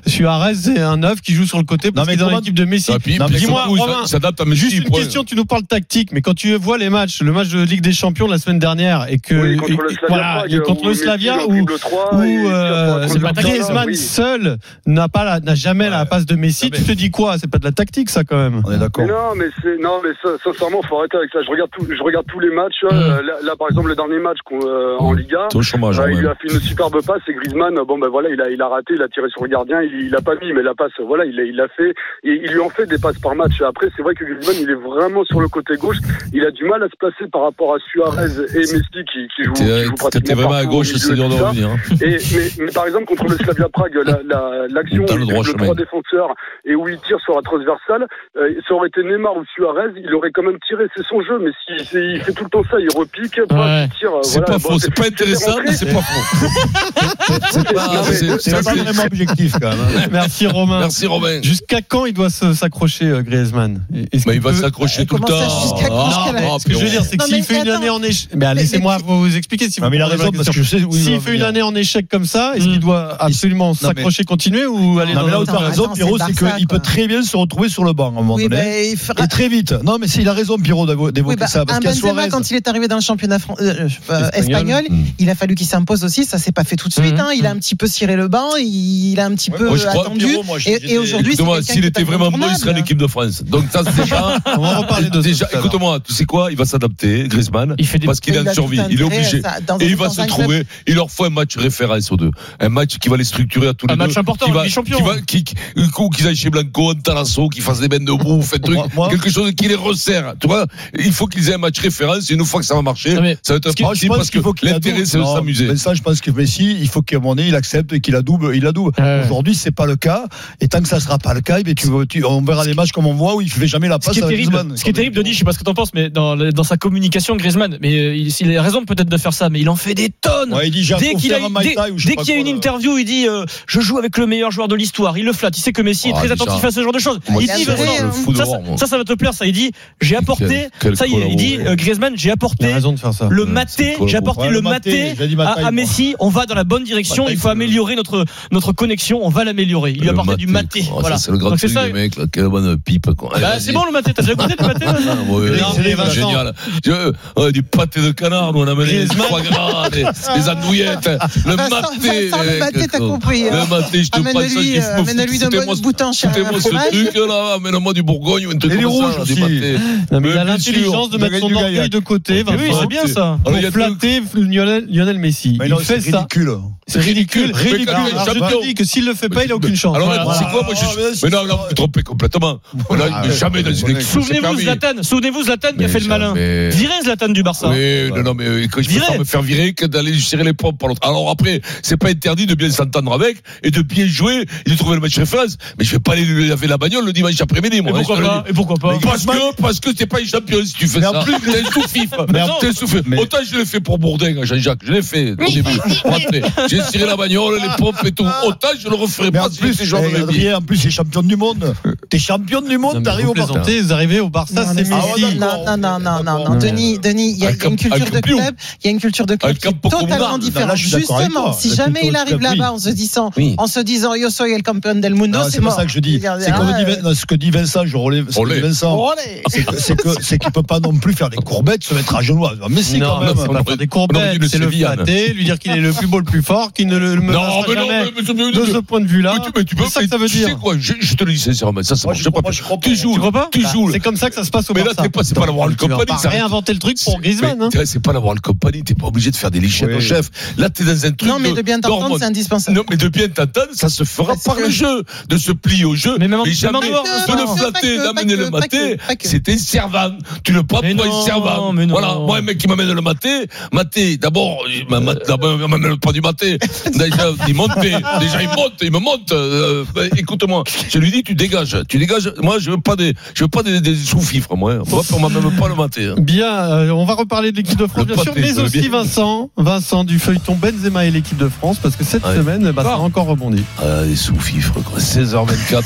Speaker 8: Suarez, c'est un neuf qui joue sur le côté parce
Speaker 5: Non, mais
Speaker 8: qu'il est dans
Speaker 5: comment-
Speaker 8: l'équipe de Messi.
Speaker 4: Et Ah, puis,
Speaker 5: Non, mais
Speaker 8: Dis-moi,
Speaker 4: du coup,
Speaker 8: Romain,
Speaker 4: ça s'adapte à Messi.
Speaker 8: Juste une
Speaker 4: point.
Speaker 8: question, tu nous parles tactique, mais quand tu vois les matchs, le match de Ligue des Champions la semaine dernière et que
Speaker 11: Oui, contre le
Speaker 8: et- et-
Speaker 11: Slavia
Speaker 8: voilà,
Speaker 11: Prague, euh,
Speaker 8: et euh, contre
Speaker 11: où
Speaker 8: le
Speaker 11: Messi
Speaker 8: Slavia
Speaker 11: dans
Speaker 8: où,
Speaker 11: le double trois,
Speaker 8: où,
Speaker 11: et il tire
Speaker 8: euh,
Speaker 11: pour
Speaker 8: c'est pas
Speaker 11: un
Speaker 6: tactique,
Speaker 8: Griezmann
Speaker 11: oui.
Speaker 8: seul n'a pas la- n'a jamais la passe de Messi.
Speaker 5: Ah,
Speaker 4: Non, mais-
Speaker 8: Tu te dis quoi C'est pas de la tactique ça quand même.
Speaker 5: On est d'accord.
Speaker 11: Mais non, mais c'est non, mais ça, sincèrement, faut arrêter avec ça. Je regarde tout, je regarde tous les matchs.
Speaker 4: Mmh.
Speaker 11: euh, là, là, par exemple, le dernier match qu'on, euh, en Liga,
Speaker 4: T'es au chômage,
Speaker 11: euh, il lui
Speaker 4: Romain.
Speaker 11: a fait une superbe passe et Griezmann, euh, bon ben voilà, il a, il a raté, il a tiré sur le gardien, il, il a pas mis, mais la passe, euh, voilà, il, l'a- il l'a fait. Et il lui en fait des passes par match. Après, c'est vrai que Griezmann, il est vraiment sur le côté gauche. Il a du mal à se placer par rapport à Suarez et Messi qui, qui jouent. qui jouent
Speaker 4: T'es- T'étais
Speaker 11: pratiquement
Speaker 4: vraiment à
Speaker 11: partout au
Speaker 4: gauche,
Speaker 11: milieu
Speaker 4: c'est
Speaker 11: et
Speaker 4: dur de
Speaker 11: tout ça. Bah
Speaker 4: revenir. hein.
Speaker 11: Et, mais, mais par exemple, contre le Slavia Prague, l'action la, l'action
Speaker 4: T'as
Speaker 11: où
Speaker 4: le
Speaker 11: il
Speaker 4: droit,
Speaker 11: double
Speaker 4: Chemin.
Speaker 11: trois défenseurs et où il tire sur la transversale, euh, ça aurait été Neymar ou Suarez, il aurait quand même tiré. C'est son jeu, mais si, si- il fait tout le temps ça, il repique, pof,
Speaker 6: Ouais.
Speaker 11: il tire. euh,
Speaker 4: C'est
Speaker 11: voilà,
Speaker 4: pas
Speaker 11: Bon,
Speaker 4: faux, c'est pas intéressant, mais c'est pas faux. Ah, C'est pas-
Speaker 11: Non, mais-
Speaker 4: c'est-
Speaker 5: C'est
Speaker 4: c'est-
Speaker 5: pas
Speaker 4: c'est-
Speaker 5: vraiment objectif, quand même. hein.
Speaker 8: Merci Romain.
Speaker 4: Merci Romain.
Speaker 8: Jusqu'à quand il doit se- s'accrocher euh, Griezmann Est-ce
Speaker 4: Mais
Speaker 5: Bah,
Speaker 8: qu'il
Speaker 4: Bah, il va
Speaker 8: peut-
Speaker 4: s'accrocher tout le
Speaker 7: comment ça,
Speaker 4: temps.
Speaker 7: jusqu'à-
Speaker 4: Ah,
Speaker 7: jusqu'à la-
Speaker 4: ah,
Speaker 8: Ce que je veux dire, c'est que
Speaker 7: Non,
Speaker 8: s'il
Speaker 7: mais
Speaker 8: fait une
Speaker 7: attends.
Speaker 8: année en échec, mais ah,
Speaker 7: Mais-
Speaker 8: laissez-moi
Speaker 7: mais-
Speaker 8: vous vous expliquer si vous
Speaker 5: Non, mais il a
Speaker 8: comprenez
Speaker 5: raison,
Speaker 8: la
Speaker 5: parce
Speaker 8: question.
Speaker 5: que je sais où il
Speaker 8: S'il
Speaker 5: va
Speaker 8: fait une
Speaker 5: venir. Hmm.
Speaker 8: année en échec comme ça, est-ce qu'il doit absolument
Speaker 5: mais-
Speaker 8: s'accrocher, continuer ou aller
Speaker 5: Non,
Speaker 8: dans
Speaker 5: mais là où
Speaker 8: l'autre
Speaker 5: t'as
Speaker 7: Attends,
Speaker 5: raison,
Speaker 7: attends,
Speaker 5: Pierrot,
Speaker 7: c'est le
Speaker 5: c'est
Speaker 7: Barça,
Speaker 5: qu'il
Speaker 7: quoi.
Speaker 5: peut très bien se retrouver sur le banc à un moment
Speaker 7: Oui,
Speaker 5: donné.
Speaker 7: ben, il fera-
Speaker 5: Et très vite. Non, mais s'il a raison, Pierrot, d'avo-
Speaker 7: Oui,
Speaker 5: d'évoquer
Speaker 7: bah,
Speaker 5: ça. Parce
Speaker 7: un
Speaker 5: qu'à
Speaker 7: Benzema,
Speaker 5: Suarez.
Speaker 7: quand il est arrivé dans le championnat fran- euh, euh, espagnol,
Speaker 4: Mm.
Speaker 7: il a fallu qu'il s'impose aussi. Ça s'est pas fait tout de suite.
Speaker 6: Mhm.
Speaker 7: hein. Il a un petit peu ciré le banc, il a un petit peu
Speaker 4: Moi, je crois,
Speaker 7: attendu.
Speaker 6: Oh,
Speaker 4: Pierrot, moi, je-
Speaker 7: et, et aujourd'hui, c'est
Speaker 4: Écoute-moi,
Speaker 7: quelqu'un
Speaker 4: s'il
Speaker 7: qui est
Speaker 4: était vraiment bon, il serait en
Speaker 7: incontournable.
Speaker 4: équipe de France. Donc ça, c'est déjà.
Speaker 8: On va reparler de ça
Speaker 4: déjà,
Speaker 8: tout à l'heure.
Speaker 4: écoute-moi, tu sais quoi Il va s'adapter, Griezmann,
Speaker 6: Il fait des- hein,
Speaker 4: parce qu'il est
Speaker 7: Il
Speaker 4: en
Speaker 7: a tout
Speaker 4: survie. Il
Speaker 7: intérêt
Speaker 4: est
Speaker 7: à
Speaker 4: obligé.
Speaker 7: ça. Dans
Speaker 4: Et
Speaker 7: un-
Speaker 4: il va
Speaker 7: dans
Speaker 4: se
Speaker 7: un club
Speaker 4: trouver. Il leur faut un match référence aux deux. Un match qui va les structurer à tous
Speaker 6: Un hein.
Speaker 4: les deux.
Speaker 6: match important,
Speaker 4: qui
Speaker 6: la
Speaker 4: va,
Speaker 6: Ligue des Champions.
Speaker 4: Qui va, qui, qui- ou qu'ils aillent chez Blanco, un Tarasso, qu'ils fassent des bains de bouffe, un truc.
Speaker 5: Moi- moi-
Speaker 4: quelque chose qui les resserre. Tu vois il faut qu'ils aient un match référence. Et une fois que ça va marcher,
Speaker 6: Non, mais
Speaker 4: ça va être un
Speaker 5: Moi, je
Speaker 4: principe
Speaker 5: pense
Speaker 4: parce que
Speaker 5: qu'il faut qu'il
Speaker 4: l'intérêt,
Speaker 5: adoube.
Speaker 4: c'est de
Speaker 5: Non,
Speaker 4: s'amuser.
Speaker 5: Mais ça, je pense que Messi, il faut qu'à un moment donné, il accepte et qu'il la double. Il la double.
Speaker 6: Ouais.
Speaker 5: Aujourd'hui, c'est pas le cas. Et tant que ça sera pas le cas, eh bien, tu, tu- on verra les matchs comme on voit où il fait jamais la
Speaker 6: Ce
Speaker 5: passe
Speaker 6: qui est
Speaker 5: avec
Speaker 6: terrible,
Speaker 5: Griezmann.
Speaker 6: ce qui est terrible, Denis, je sais pas ce que t'en penses, mais dans, la- dans sa communication, Griezmann, mais euh, il, il a raison peut-être de faire ça, mais il en fait des tonnes.
Speaker 5: Ouais, il dit, j'ai un
Speaker 6: Dès
Speaker 5: coup
Speaker 6: qu'il a,
Speaker 5: faire un Muay
Speaker 6: dès-
Speaker 5: Thai ou je sais
Speaker 6: dès
Speaker 5: pas
Speaker 6: qu'il y a
Speaker 5: quoi,
Speaker 6: une
Speaker 5: là.
Speaker 6: interview, il dit euh, je joue avec le meilleur joueur de l'histoire. Il le flatte. Il sait que Messi est
Speaker 4: Ah,
Speaker 6: très
Speaker 4: déjà.
Speaker 6: attentif à ce genre de choses.
Speaker 4: Moi,
Speaker 6: il
Speaker 7: c'est
Speaker 6: dit
Speaker 7: vrai,
Speaker 6: Vincent,
Speaker 7: hein.
Speaker 4: fous
Speaker 6: ça,
Speaker 4: dehors, moi.
Speaker 6: ça, ça va te plaire. Ça, il dit j'ai apporté.
Speaker 4: quel
Speaker 6: ça, il, il dit
Speaker 4: collabo.
Speaker 6: euh, Griezmann, j'ai
Speaker 8: Il a
Speaker 6: apporté
Speaker 8: raison de faire ça.
Speaker 6: le
Speaker 4: c'est
Speaker 6: maté.
Speaker 4: collabo.
Speaker 6: J'ai apporté
Speaker 5: Ouais,
Speaker 6: le
Speaker 5: le maté,
Speaker 6: maté,
Speaker 5: j'ai dit
Speaker 6: à,
Speaker 5: matai,
Speaker 6: à
Speaker 5: moi.
Speaker 6: Messi. On va dans la bonne direction.
Speaker 5: Matai,
Speaker 6: Il faut
Speaker 5: c'est-
Speaker 6: améliorer notre notre connexion. On va l'améliorer. Il lui a
Speaker 4: Le
Speaker 6: apporté du maté.
Speaker 4: quoi. Ah, ça,
Speaker 6: Voilà.
Speaker 4: C'est le grand
Speaker 6: Donc c'est
Speaker 4: truc,
Speaker 6: ça.
Speaker 4: les mecs, là. Quelle bonne pipe, quoi. Allez,
Speaker 6: Bah,
Speaker 4: vas-y.
Speaker 6: c'est bon le maté. T'as déjà goûté le maté Vincent
Speaker 4: Ah, ouais,
Speaker 8: Les-
Speaker 4: ouais,
Speaker 8: c'est les Vincent.
Speaker 4: génial. Je- ouais, du pâté de canard, nous on amène les
Speaker 8: Griezmann.
Speaker 4: foie gras, les, les andouillettes, le
Speaker 7: Ah, Vincent,
Speaker 4: maté.
Speaker 7: Vincent, le
Speaker 4: mec,
Speaker 7: maté, t'as
Speaker 4: quoi.
Speaker 7: compris, hein.
Speaker 4: Le maté, je te
Speaker 7: Amène-lui,
Speaker 4: passe ça, je
Speaker 7: euh, amène-lui de
Speaker 4: foutez-moi
Speaker 7: bonnes
Speaker 4: ce-
Speaker 7: boutons, cher
Speaker 4: Foutez-moi
Speaker 7: fromage.
Speaker 4: ce truc là, amène-moi du Bourgogne ou un truc
Speaker 5: Et les
Speaker 4: comme ça,
Speaker 5: rouges
Speaker 4: du
Speaker 5: aussi.
Speaker 4: maté.
Speaker 8: Non, mais il a
Speaker 4: Mais bien sûr,
Speaker 8: l'intelligence de
Speaker 5: de
Speaker 8: mettre son
Speaker 5: gagner du
Speaker 8: orgueil
Speaker 5: gaillac.
Speaker 8: de côté,
Speaker 4: Mais
Speaker 6: Oui,
Speaker 8: Vincent,
Speaker 6: c'est bien ça.
Speaker 4: Alors,
Speaker 8: pour
Speaker 4: il y a deux-
Speaker 8: flatter Lionel, Lionel Messi.
Speaker 5: Mais
Speaker 8: il
Speaker 5: non,
Speaker 8: fait
Speaker 5: c'est
Speaker 8: ça.
Speaker 5: ridicule.
Speaker 8: C'est ridicule,
Speaker 4: Mais
Speaker 8: ridicule.
Speaker 4: quand il est
Speaker 8: Alors, je
Speaker 4: champion-
Speaker 8: te dis que s'il le fait pas, il a aucune chance.
Speaker 4: Alors,
Speaker 8: Voilà.
Speaker 4: là, c'est quoi, moi, je
Speaker 5: Ah, mais là,
Speaker 4: suis. Mais non, là, vous me trompez complètement. Mais là,
Speaker 5: Ah,
Speaker 4: mais
Speaker 5: ouais,
Speaker 4: jamais dans
Speaker 5: ouais,
Speaker 4: une
Speaker 5: ouais.
Speaker 4: équipe.
Speaker 6: Souvenez-vous Zlatan, souvenez-vous Zlatan qui a
Speaker 4: Mais
Speaker 6: fait le malin.
Speaker 4: jamais.
Speaker 6: Virez Zlatan du Barça.
Speaker 4: Oui, non, non, mais euh, que je
Speaker 6: Virer.
Speaker 4: préfère me faire virer que d'aller serrer les pompes par l'autre. Alors après, c'est pas interdit de bien s'entendre avec et de bien jouer et de trouver le match référence. Mais je vais pas aller lui laver la bagnole le dimanche après-midi,
Speaker 6: Et
Speaker 4: moi. hein,
Speaker 6: pourquoi
Speaker 4: je te le
Speaker 6: pas
Speaker 4: dis.
Speaker 6: Et pourquoi pas
Speaker 4: Parce que, parce que t'es pas une championne si tu fais
Speaker 5: Mais
Speaker 4: ça.
Speaker 5: en plus,
Speaker 4: t'es un sous-fif.
Speaker 5: Mais en-
Speaker 4: T'es un sous-fif.
Speaker 5: mais-
Speaker 4: Autant je l'ai fait pour Bourdin, hein, Jean-Jacques. Je l'ai fait au début. Rentrez. J'ai serré la bagnole, les pompes et tout. Autant je le referai
Speaker 5: Mais
Speaker 4: pas
Speaker 5: en
Speaker 4: si
Speaker 5: plus,
Speaker 4: j'étais joueur de
Speaker 5: eh,
Speaker 4: la vie.
Speaker 5: Adrien, en plus, t'es champion du monde. T'es champion du
Speaker 8: Non,
Speaker 5: monde,
Speaker 8: mais
Speaker 5: t'arrives
Speaker 8: vous
Speaker 5: au Barça.
Speaker 8: plaisantez, vous arrivez au Barça,
Speaker 7: Non,
Speaker 8: c'est
Speaker 7: mais c'est-
Speaker 6: Ah,
Speaker 8: Messi.
Speaker 7: non, non, non, non, non, non.
Speaker 8: Ouais.
Speaker 7: Denis, Denis, il y a, il y a une
Speaker 4: Avec-
Speaker 7: culture
Speaker 4: avec
Speaker 7: de
Speaker 4: le Pion.
Speaker 7: club, il y a une culture de club
Speaker 4: Avec
Speaker 7: qui est
Speaker 4: un Pocomba.
Speaker 7: totalement
Speaker 4: Non,
Speaker 5: là,
Speaker 7: différente.
Speaker 5: je suis d'accord avec
Speaker 7: Justement,
Speaker 5: toi.
Speaker 7: si
Speaker 5: La
Speaker 7: jamais
Speaker 5: culture
Speaker 7: il
Speaker 5: du
Speaker 7: arrive
Speaker 5: club, oui.
Speaker 7: là-bas en se disant,
Speaker 4: Oui.
Speaker 7: en se disant, yo soy el campeón del mundo,
Speaker 5: Non,
Speaker 7: c'est
Speaker 5: c'est pas
Speaker 7: mort.
Speaker 5: ça que je dis.
Speaker 7: Il y a-
Speaker 5: C'est comme
Speaker 7: ah,
Speaker 5: dit Vin- non, ce que dit Vincent, je relève ce que
Speaker 4: Olé.
Speaker 5: dit
Speaker 8: Oh.
Speaker 5: Vincent.
Speaker 7: Allez.
Speaker 5: C'est que- c'est que- c'est qu'il peut pas non plus faire des courbettes, se mettre à genoux. Ah, Mais si,
Speaker 8: Non,
Speaker 5: quand même.
Speaker 8: non, c'est
Speaker 4: On
Speaker 8: pas faire
Speaker 4: aurait-
Speaker 8: des
Speaker 4: on aurait
Speaker 8: courbettes,
Speaker 4: dit le
Speaker 8: c'est le
Speaker 4: Sévillane.
Speaker 8: flatter, lui dire qu'il est le plus beau, le plus fort, qu'il ne le le
Speaker 4: Non,
Speaker 8: menacera
Speaker 4: mais non,
Speaker 8: jamais.
Speaker 4: mais- mais- mais-
Speaker 8: De ce point de vue-là,
Speaker 4: Mais tu, mais tu peux,
Speaker 8: c'est ça que
Speaker 4: mais
Speaker 8: ça veut
Speaker 4: tu sais
Speaker 8: dire.
Speaker 4: quoi, je, je te le dis sincèrement, ça, ça
Speaker 5: Moi,
Speaker 4: marche
Speaker 5: je
Speaker 4: pas.
Speaker 5: crois pas, je crois pas.
Speaker 4: Tu joues,
Speaker 8: Tu crois pas
Speaker 4: tu
Speaker 8: Bah,
Speaker 4: joues.
Speaker 8: C'est comme ça que ça se passe au
Speaker 4: Mais là,
Speaker 8: Barça.
Speaker 4: t'es pas- c'est pas la World
Speaker 8: Tu vas
Speaker 4: Company,
Speaker 8: pas
Speaker 4: ça.
Speaker 8: réinventer le truc pour
Speaker 4: Mais,
Speaker 8: Griezmann. hein.
Speaker 4: tu vois, C'est pas la World Company, t'es pas obligé de faire des lichets
Speaker 5: Oui.
Speaker 4: au chef. Là, t'es dans un truc.
Speaker 7: Non, mais de bien t'entendre,
Speaker 4: d'hormones.
Speaker 7: c'est indispensable.
Speaker 4: Non, mais de bien t'entendre, ça se fera
Speaker 7: Parce
Speaker 4: par
Speaker 7: que-
Speaker 4: le jeu, de se plier au jeu.
Speaker 6: Mais même en-
Speaker 4: jamais
Speaker 6: même en dehors de
Speaker 4: de
Speaker 6: ça,
Speaker 4: le
Speaker 6: hein.
Speaker 4: flatter,
Speaker 7: Pas que,
Speaker 4: d'amener
Speaker 7: pas
Speaker 4: le
Speaker 7: que,
Speaker 4: maté,
Speaker 7: pas que, pas que.
Speaker 4: c'est un servant. Tu le prends pour
Speaker 6: Mais non,
Speaker 4: un servant.
Speaker 6: mais non.
Speaker 4: Voilà, moi, un mec qui m'amène le maté, maté, d'abord, il m'a- d'abord, il m'amène pas du maté. Déjà, il monte, déjà, il monte, il me monte. Euh, bah, Écoute-moi, je lui dis, tu dégages, tu dégages. Moi, je veux pas des, je veux pas des, des sous-fifres, moi. hein. Moi, on m'amène pas le maté. hein.
Speaker 8: Bien, euh, on va reparler de l'équipe de France, bien
Speaker 4: Le pâté,
Speaker 8: sûr, mais
Speaker 4: le
Speaker 8: aussi
Speaker 4: bien.
Speaker 8: Vincent, Vincent du feuilleton Benzema et l'équipe de France, parce que cette
Speaker 4: Ouais.
Speaker 8: semaine, bah, ça a
Speaker 4: Ah.
Speaker 8: encore rebondi.
Speaker 4: Ah, les sous-fifres, quoi. 16h24.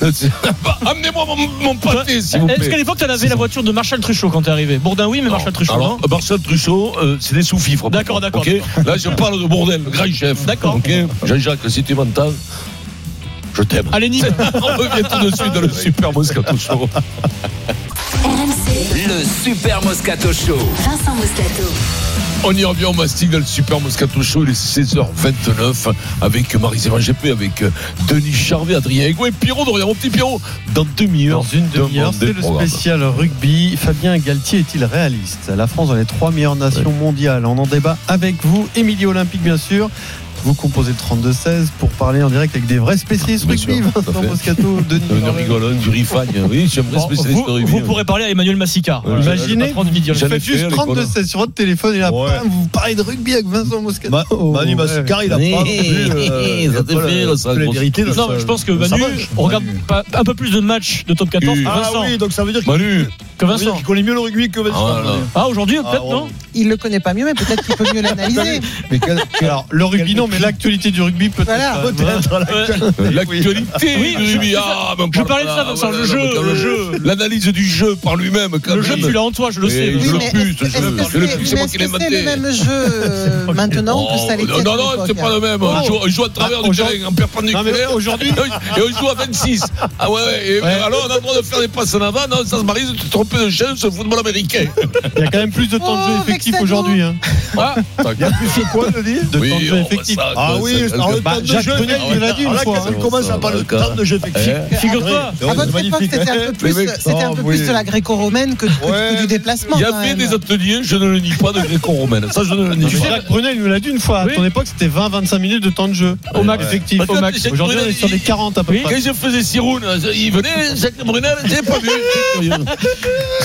Speaker 4: Bah, Amenez-moi mon, mon pâté, s'il vous plaît.
Speaker 6: Est-ce qu'à l'époque, t'en avais la voiture de Marshall Truchot quand t'es arrivé Bourdin, oui, mais Marshall Truchot.
Speaker 4: Alors,
Speaker 6: non
Speaker 4: Marcel Truchot, euh, c'est des sous-fifres.
Speaker 6: D'accord, d'accord,
Speaker 4: Ok Là, je parle de bordel, le grand chef.
Speaker 6: D'accord.
Speaker 4: Ok Jean-Jacques, si tu m'entends, je t'aime.
Speaker 6: Allez, Nîmes.
Speaker 4: On revient tout de suite dans le super Moscato Show.
Speaker 2: RMC,
Speaker 3: Le Super Moscato Show.
Speaker 2: Vincent Moscato.
Speaker 4: On y revient au mastic dans le Super Moscato Show, il est 16h29 avec Marie-Sévin GP, avec euh, Denis Charvet, Adrien Egouet, Pierrot Dorian, mon petit Pierrot, dans demi-heure.
Speaker 8: Dans une demi-heure,
Speaker 4: demandez
Speaker 8: c'est le
Speaker 4: programme.
Speaker 8: spécial rugby. Fabien Galtier est-il réaliste La France dans les trois meilleures nations mondiales. On en débat avec vous, Émilie Olympique, bien sûr. Vous composez le 32-16 pour parler en direct avec des vrais spécialistes
Speaker 4: Bien
Speaker 8: rugby.
Speaker 4: sûr, tout à
Speaker 8: Vincent
Speaker 4: fait.
Speaker 8: Moscato, Denis.
Speaker 4: Une
Speaker 8: Charvet.
Speaker 4: rigolonne, du rifagne. Oui, j'aimerais
Speaker 6: Bon,
Speaker 4: spécialiste de hein.
Speaker 6: vous,
Speaker 4: rugby.
Speaker 6: vous pourrez parler à Emmanuel Massika.
Speaker 4: Ouais,
Speaker 8: Imaginez,
Speaker 6: patron du midi.
Speaker 8: vous
Speaker 4: J'en ai
Speaker 8: faites
Speaker 4: fait,
Speaker 8: juste
Speaker 4: les
Speaker 8: 32-16 sur votre téléphone et là,
Speaker 5: Ouais.
Speaker 8: bam, vous parlez de rugby avec Vincent Moscato.
Speaker 5: Ma- Manu Mascar, il a
Speaker 4: Oui,
Speaker 5: pas vu.
Speaker 4: oui, ça
Speaker 5: euh,
Speaker 4: te
Speaker 5: voilà,
Speaker 4: fait, ça,
Speaker 5: la
Speaker 4: grosse-
Speaker 5: vérité dans
Speaker 6: Non,
Speaker 5: ce-
Speaker 6: je pense que
Speaker 5: dans sa
Speaker 6: Manu
Speaker 5: manche.
Speaker 6: on regarde
Speaker 5: Manu.
Speaker 6: pas- un peu plus de matchs de top 14 que
Speaker 4: Ah
Speaker 5: Ah
Speaker 6: Vincent.
Speaker 5: oui, donc ça veut dire qu'il
Speaker 4: Manu,
Speaker 6: Que
Speaker 5: oui,
Speaker 6: Vincent.
Speaker 5: qu'il connaît mieux le rugby que Vincent.
Speaker 4: Ah, là.
Speaker 6: Ah, aujourd'hui, peut-être,
Speaker 5: Ah,
Speaker 6: non
Speaker 7: Il le connaît pas mieux, mais peut-être qu'il peut mieux l'analyser.
Speaker 5: Mais quel, quel-
Speaker 8: Alors, le rugby, non, mais l'actualité du rugby peut-être.
Speaker 7: Voilà.
Speaker 8: quand même, hein.
Speaker 5: peut-être, là.
Speaker 6: Ouais.
Speaker 4: euh, l'actualité
Speaker 6: Oui,
Speaker 4: du rugby.
Speaker 6: c'est ça.
Speaker 4: Ah, mais on
Speaker 6: Je
Speaker 4: parle
Speaker 6: parlais de
Speaker 4: pas-
Speaker 6: ça, Vincent,
Speaker 4: voilà,
Speaker 6: le
Speaker 4: là,
Speaker 6: jeu,
Speaker 4: là,
Speaker 6: le
Speaker 4: là,
Speaker 6: jeu.
Speaker 4: L'analyse du jeu par lui-même. quand
Speaker 6: Le jeu,
Speaker 4: même.
Speaker 6: tu l'as en toi, je le
Speaker 4: Oui,
Speaker 6: sais.
Speaker 4: je
Speaker 6: Vincent.
Speaker 4: le
Speaker 7: mais est-ce
Speaker 4: pute,
Speaker 7: que
Speaker 4: je
Speaker 7: c'est
Speaker 4: le- je le- c'est
Speaker 7: mais
Speaker 4: moi
Speaker 7: est-ce
Speaker 4: qui
Speaker 7: que
Speaker 4: l'ai
Speaker 7: c'est
Speaker 4: maté.
Speaker 7: le même jeu euh, maintenant que ça l'était à
Speaker 4: Oh, non, non,
Speaker 7: l'époque hein.
Speaker 4: c'est pas le même. On joue, on joue à travers
Speaker 8: Ah,
Speaker 4: du
Speaker 8: aujourd'hui-
Speaker 4: terrain en perpendiculaire.
Speaker 8: Non, mais aujourd'hui-
Speaker 4: Et on joue à 26. Ah ouais, ouais, et-
Speaker 8: Ouais.
Speaker 4: alors on a le droit de faire des passes en avant. Non, ça se marie, tu te trompes de chaîne, ce football américain.
Speaker 8: Il y a quand même plus de temps de jeu
Speaker 7: Oh,
Speaker 8: effectif
Speaker 7: Vexano.
Speaker 8: aujourd'hui. hein.
Speaker 5: Il y a plus de quoi, je dis
Speaker 8: De temps de jeu effectif. Bah,
Speaker 5: Ah oui, alors le temps de jeu,
Speaker 8: Jacques Brunel, il l'a dit une
Speaker 5: alors là,
Speaker 8: fois. hein.
Speaker 5: quand il commence à parler de temps de jeu
Speaker 4: Eh.
Speaker 5: effectif.
Speaker 6: Figure-toi.
Speaker 7: À Ah, votre époque, c'était
Speaker 8: hein.
Speaker 7: un peu plus,
Speaker 5: Les mecs,
Speaker 7: c'était un peu
Speaker 5: ah,
Speaker 7: plus
Speaker 5: oui.
Speaker 7: de la gréco-romaine que, que- que du déplacement.
Speaker 4: Il y
Speaker 7: quand
Speaker 4: avait
Speaker 7: même.
Speaker 4: des ateliers, je ne le nie pas, de gréco-romaine. Ça, je ne le nie
Speaker 8: Tu sais,
Speaker 4: pas.
Speaker 8: Jacques Brunel nous l'a dit une fois.
Speaker 6: Oui.
Speaker 8: À ton époque, c'était 20-25 minutes de temps de jeu. Au max,
Speaker 5: Bah,
Speaker 8: effectif.
Speaker 4: Parce que
Speaker 8: Au max.
Speaker 4: Jacques
Speaker 8: Aujourd'hui, on
Speaker 4: Brunel,
Speaker 8: est sur
Speaker 4: il-
Speaker 8: les 40 à peu
Speaker 6: Oui.
Speaker 8: près.
Speaker 4: Quand je faisais Siroun, euh, il venait, Jacques Brunel, j'ai pas vu. J'ai curieux.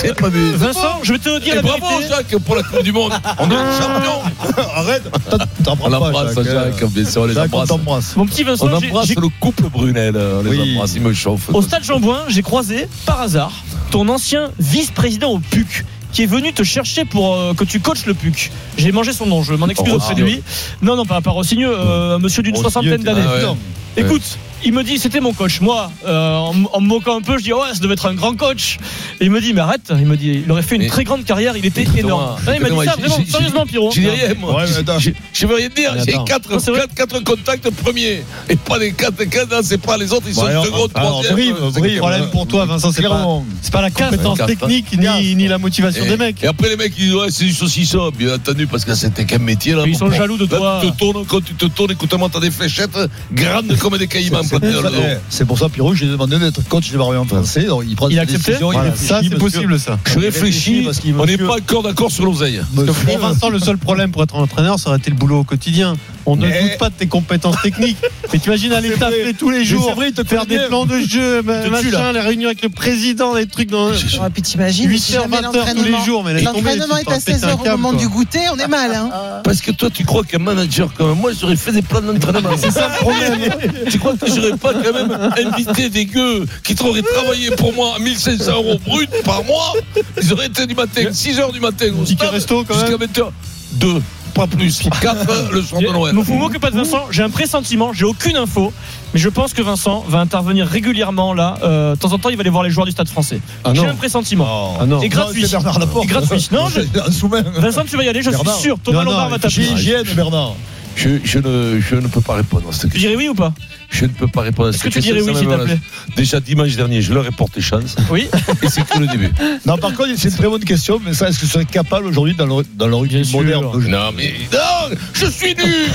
Speaker 4: J'ai pas vu.
Speaker 6: Vincent, je vais te dire
Speaker 4: Et
Speaker 6: la
Speaker 4: bravo
Speaker 6: vérité. Ah,
Speaker 4: Jacques pour la Coupe du Monde. On est champion.
Speaker 5: Arrête,
Speaker 4: On
Speaker 5: t'apprends
Speaker 4: l'embrasse
Speaker 5: pas,
Speaker 4: Jacques, bien sûr, on les
Speaker 5: Jacques, on
Speaker 4: embrasse.
Speaker 5: t'embrasse.
Speaker 6: Mon petit Vincent,
Speaker 4: On
Speaker 6: j'ai-
Speaker 4: embrasse
Speaker 6: j'ai- Oh,
Speaker 4: le couple Brunel, euh, on les
Speaker 5: Oui.
Speaker 4: embrasse, ils me chauffent.
Speaker 6: au stade Jean Bouin, j'ai croisé par hasard ton ancien vice-président au PUC qui est venu te chercher pour euh, que tu coaches le PUC. J'ai mangé son nom, je m'en excuse auprès de lui. Non, non, pas, pas Rossigneux, euh, un monsieur d'une soixantaine d'années.
Speaker 4: Ah ouais.
Speaker 6: Putain. Écoute, il me dit, c'était mon coach. Moi, euh, en, m- en me moquant un peu, je dis, ouais, ça devait être un grand coach. Et il me dit, mais arrête, il me dit, il aurait fait une
Speaker 4: Mais-
Speaker 6: très grande carrière, il était
Speaker 4: Écoute-moi,
Speaker 6: énorme. Non, il m'a dit
Speaker 4: écoute-moi,
Speaker 6: ça,
Speaker 4: j'ai-
Speaker 6: vraiment,
Speaker 4: j'ai- j'ai-
Speaker 6: sérieusement, Pierrot.
Speaker 4: J'ai rien, moi.
Speaker 5: Ouais, mais attends.
Speaker 4: Je- Je veux rien dire. J'ai
Speaker 8: attends.
Speaker 4: quatre,
Speaker 6: Non, c'est vrai.
Speaker 4: quatre, quatre contacts premiers. Et pas les quatre, quatre, hein, c'est pas les autres, ils
Speaker 6: Bah
Speaker 4: sont
Speaker 5: Bon, alors,
Speaker 4: second,
Speaker 5: alors,
Speaker 4: troisième.
Speaker 5: Brive,
Speaker 4: euh,
Speaker 5: Brive,
Speaker 8: Le problème pour toi, Vincent, c'est pas,
Speaker 5: Clairement.
Speaker 8: c'est pas la compétence
Speaker 4: Ouais,
Speaker 8: technique ni, ni la motivation
Speaker 4: Et-
Speaker 8: des mecs.
Speaker 4: Et après, les mecs, ils disent, ouais, c'est du saucisson. Bien entendu, parce que c'était qu'un métier, là.
Speaker 6: Ils sont
Speaker 4: Bon,
Speaker 6: jaloux de
Speaker 4: là,
Speaker 6: toi.
Speaker 4: Tu te tournes, quand tu te tournes, écoute-moi, t'as des fléchettes grandes comme des caïmans.
Speaker 5: C'est-
Speaker 4: plantées
Speaker 5: c'est-
Speaker 4: dans
Speaker 8: euh,
Speaker 4: le dos.
Speaker 5: c'est- C'est pour ça, Pierrot, j'ai demandé d'être coach des Barbarians français. Donc, il prend
Speaker 6: Il a
Speaker 5: des
Speaker 6: accepté
Speaker 5: décisions, il
Speaker 8: Voilà,
Speaker 5: réfléchit,
Speaker 8: ça, c'est
Speaker 5: monsieur.
Speaker 8: possible, ça.
Speaker 4: Je réfléchis,
Speaker 5: parce qu'il
Speaker 4: on n'est
Speaker 5: monsieur-
Speaker 4: pas encore d'accord sur l'oseille.
Speaker 8: Parce que
Speaker 5: Monsieur-
Speaker 8: pour Vincent, le seul problème pour être entraîneur, ça aurait été le boulot au quotidien. On ne
Speaker 5: Mais-
Speaker 8: doute pas de tes compétences techniques. Mais t'imagines aller
Speaker 5: C'est vrai.
Speaker 8: taper tous les
Speaker 5: Mais
Speaker 8: jours,
Speaker 5: c'est vrai, il te
Speaker 8: faire
Speaker 5: connaît
Speaker 8: des
Speaker 5: bien.
Speaker 8: plans de jeu, ma-
Speaker 5: te tue,
Speaker 8: machin, les réunions avec le président, les trucs dans.
Speaker 7: Ouais, puis t'imagines,
Speaker 8: 8h,
Speaker 7: si jamais
Speaker 8: 20h tous les
Speaker 7: l'entraînement-
Speaker 8: jours, mais laisse tomber.
Speaker 7: L'entraînement
Speaker 8: tu
Speaker 7: est
Speaker 8: t'en
Speaker 7: à
Speaker 8: pètes un
Speaker 7: 16h au
Speaker 8: câble,
Speaker 7: moment
Speaker 8: quoi.
Speaker 7: du goûter, on est mal. Hein.
Speaker 4: Parce que toi, tu crois qu'un manager comme moi, j'aurais fait des plans d'entraînement. C'est ça le problème. tu crois que j'aurais pas quand même invité des gueux qui auraient travaillé pour moi à 1500 euros brut par mois Ils auraient été du matin, 6 h du matin au
Speaker 8: Ticket
Speaker 4: stade,
Speaker 8: resto, quand
Speaker 4: jusqu'à 20 h 2, pas plus. 4 le soir de Noël.
Speaker 6: Ne vous moquez pas de Vincent, j'ai un pressentiment, j'ai aucune info, mais je pense que Vincent va intervenir régulièrement là. Euh, de temps en temps, il va aller voir les joueurs du stade français.
Speaker 8: Ah
Speaker 6: j'ai
Speaker 8: non.
Speaker 6: un pressentiment.
Speaker 5: Oh.
Speaker 8: Ah non.
Speaker 6: Et gratuit.
Speaker 5: c'est Bernard Laporte.
Speaker 6: Et gratuit. Non, je-
Speaker 5: C'est un sous-main.
Speaker 6: Vincent, tu vas y aller, je
Speaker 5: Bernard.
Speaker 6: suis sûr. Thomas
Speaker 8: Non, non,
Speaker 6: Lombard va t'appeler.
Speaker 5: J'ai hygiène, Bernard.
Speaker 4: Je, je ne, je ne peux pas répondre à cette
Speaker 6: Tu
Speaker 4: question.
Speaker 6: dirais oui ou pas
Speaker 4: Je ne peux pas répondre à cette
Speaker 6: Est-ce que tu
Speaker 4: question.
Speaker 6: dirais oui,
Speaker 4: ça
Speaker 6: s'il
Speaker 4: me
Speaker 6: te plaît
Speaker 4: menace. Déjà, dimanche dernier, je leur ai porté chance.
Speaker 6: Oui.
Speaker 4: Et c'est que le début.
Speaker 5: Non, par contre, c'est une très bonne question, mais ça, est-ce que tu serais capable aujourd'hui dans le, dans le rugby
Speaker 6: sûr.
Speaker 5: moderne d'aujourd'hui
Speaker 4: Non, mais non, je suis nul.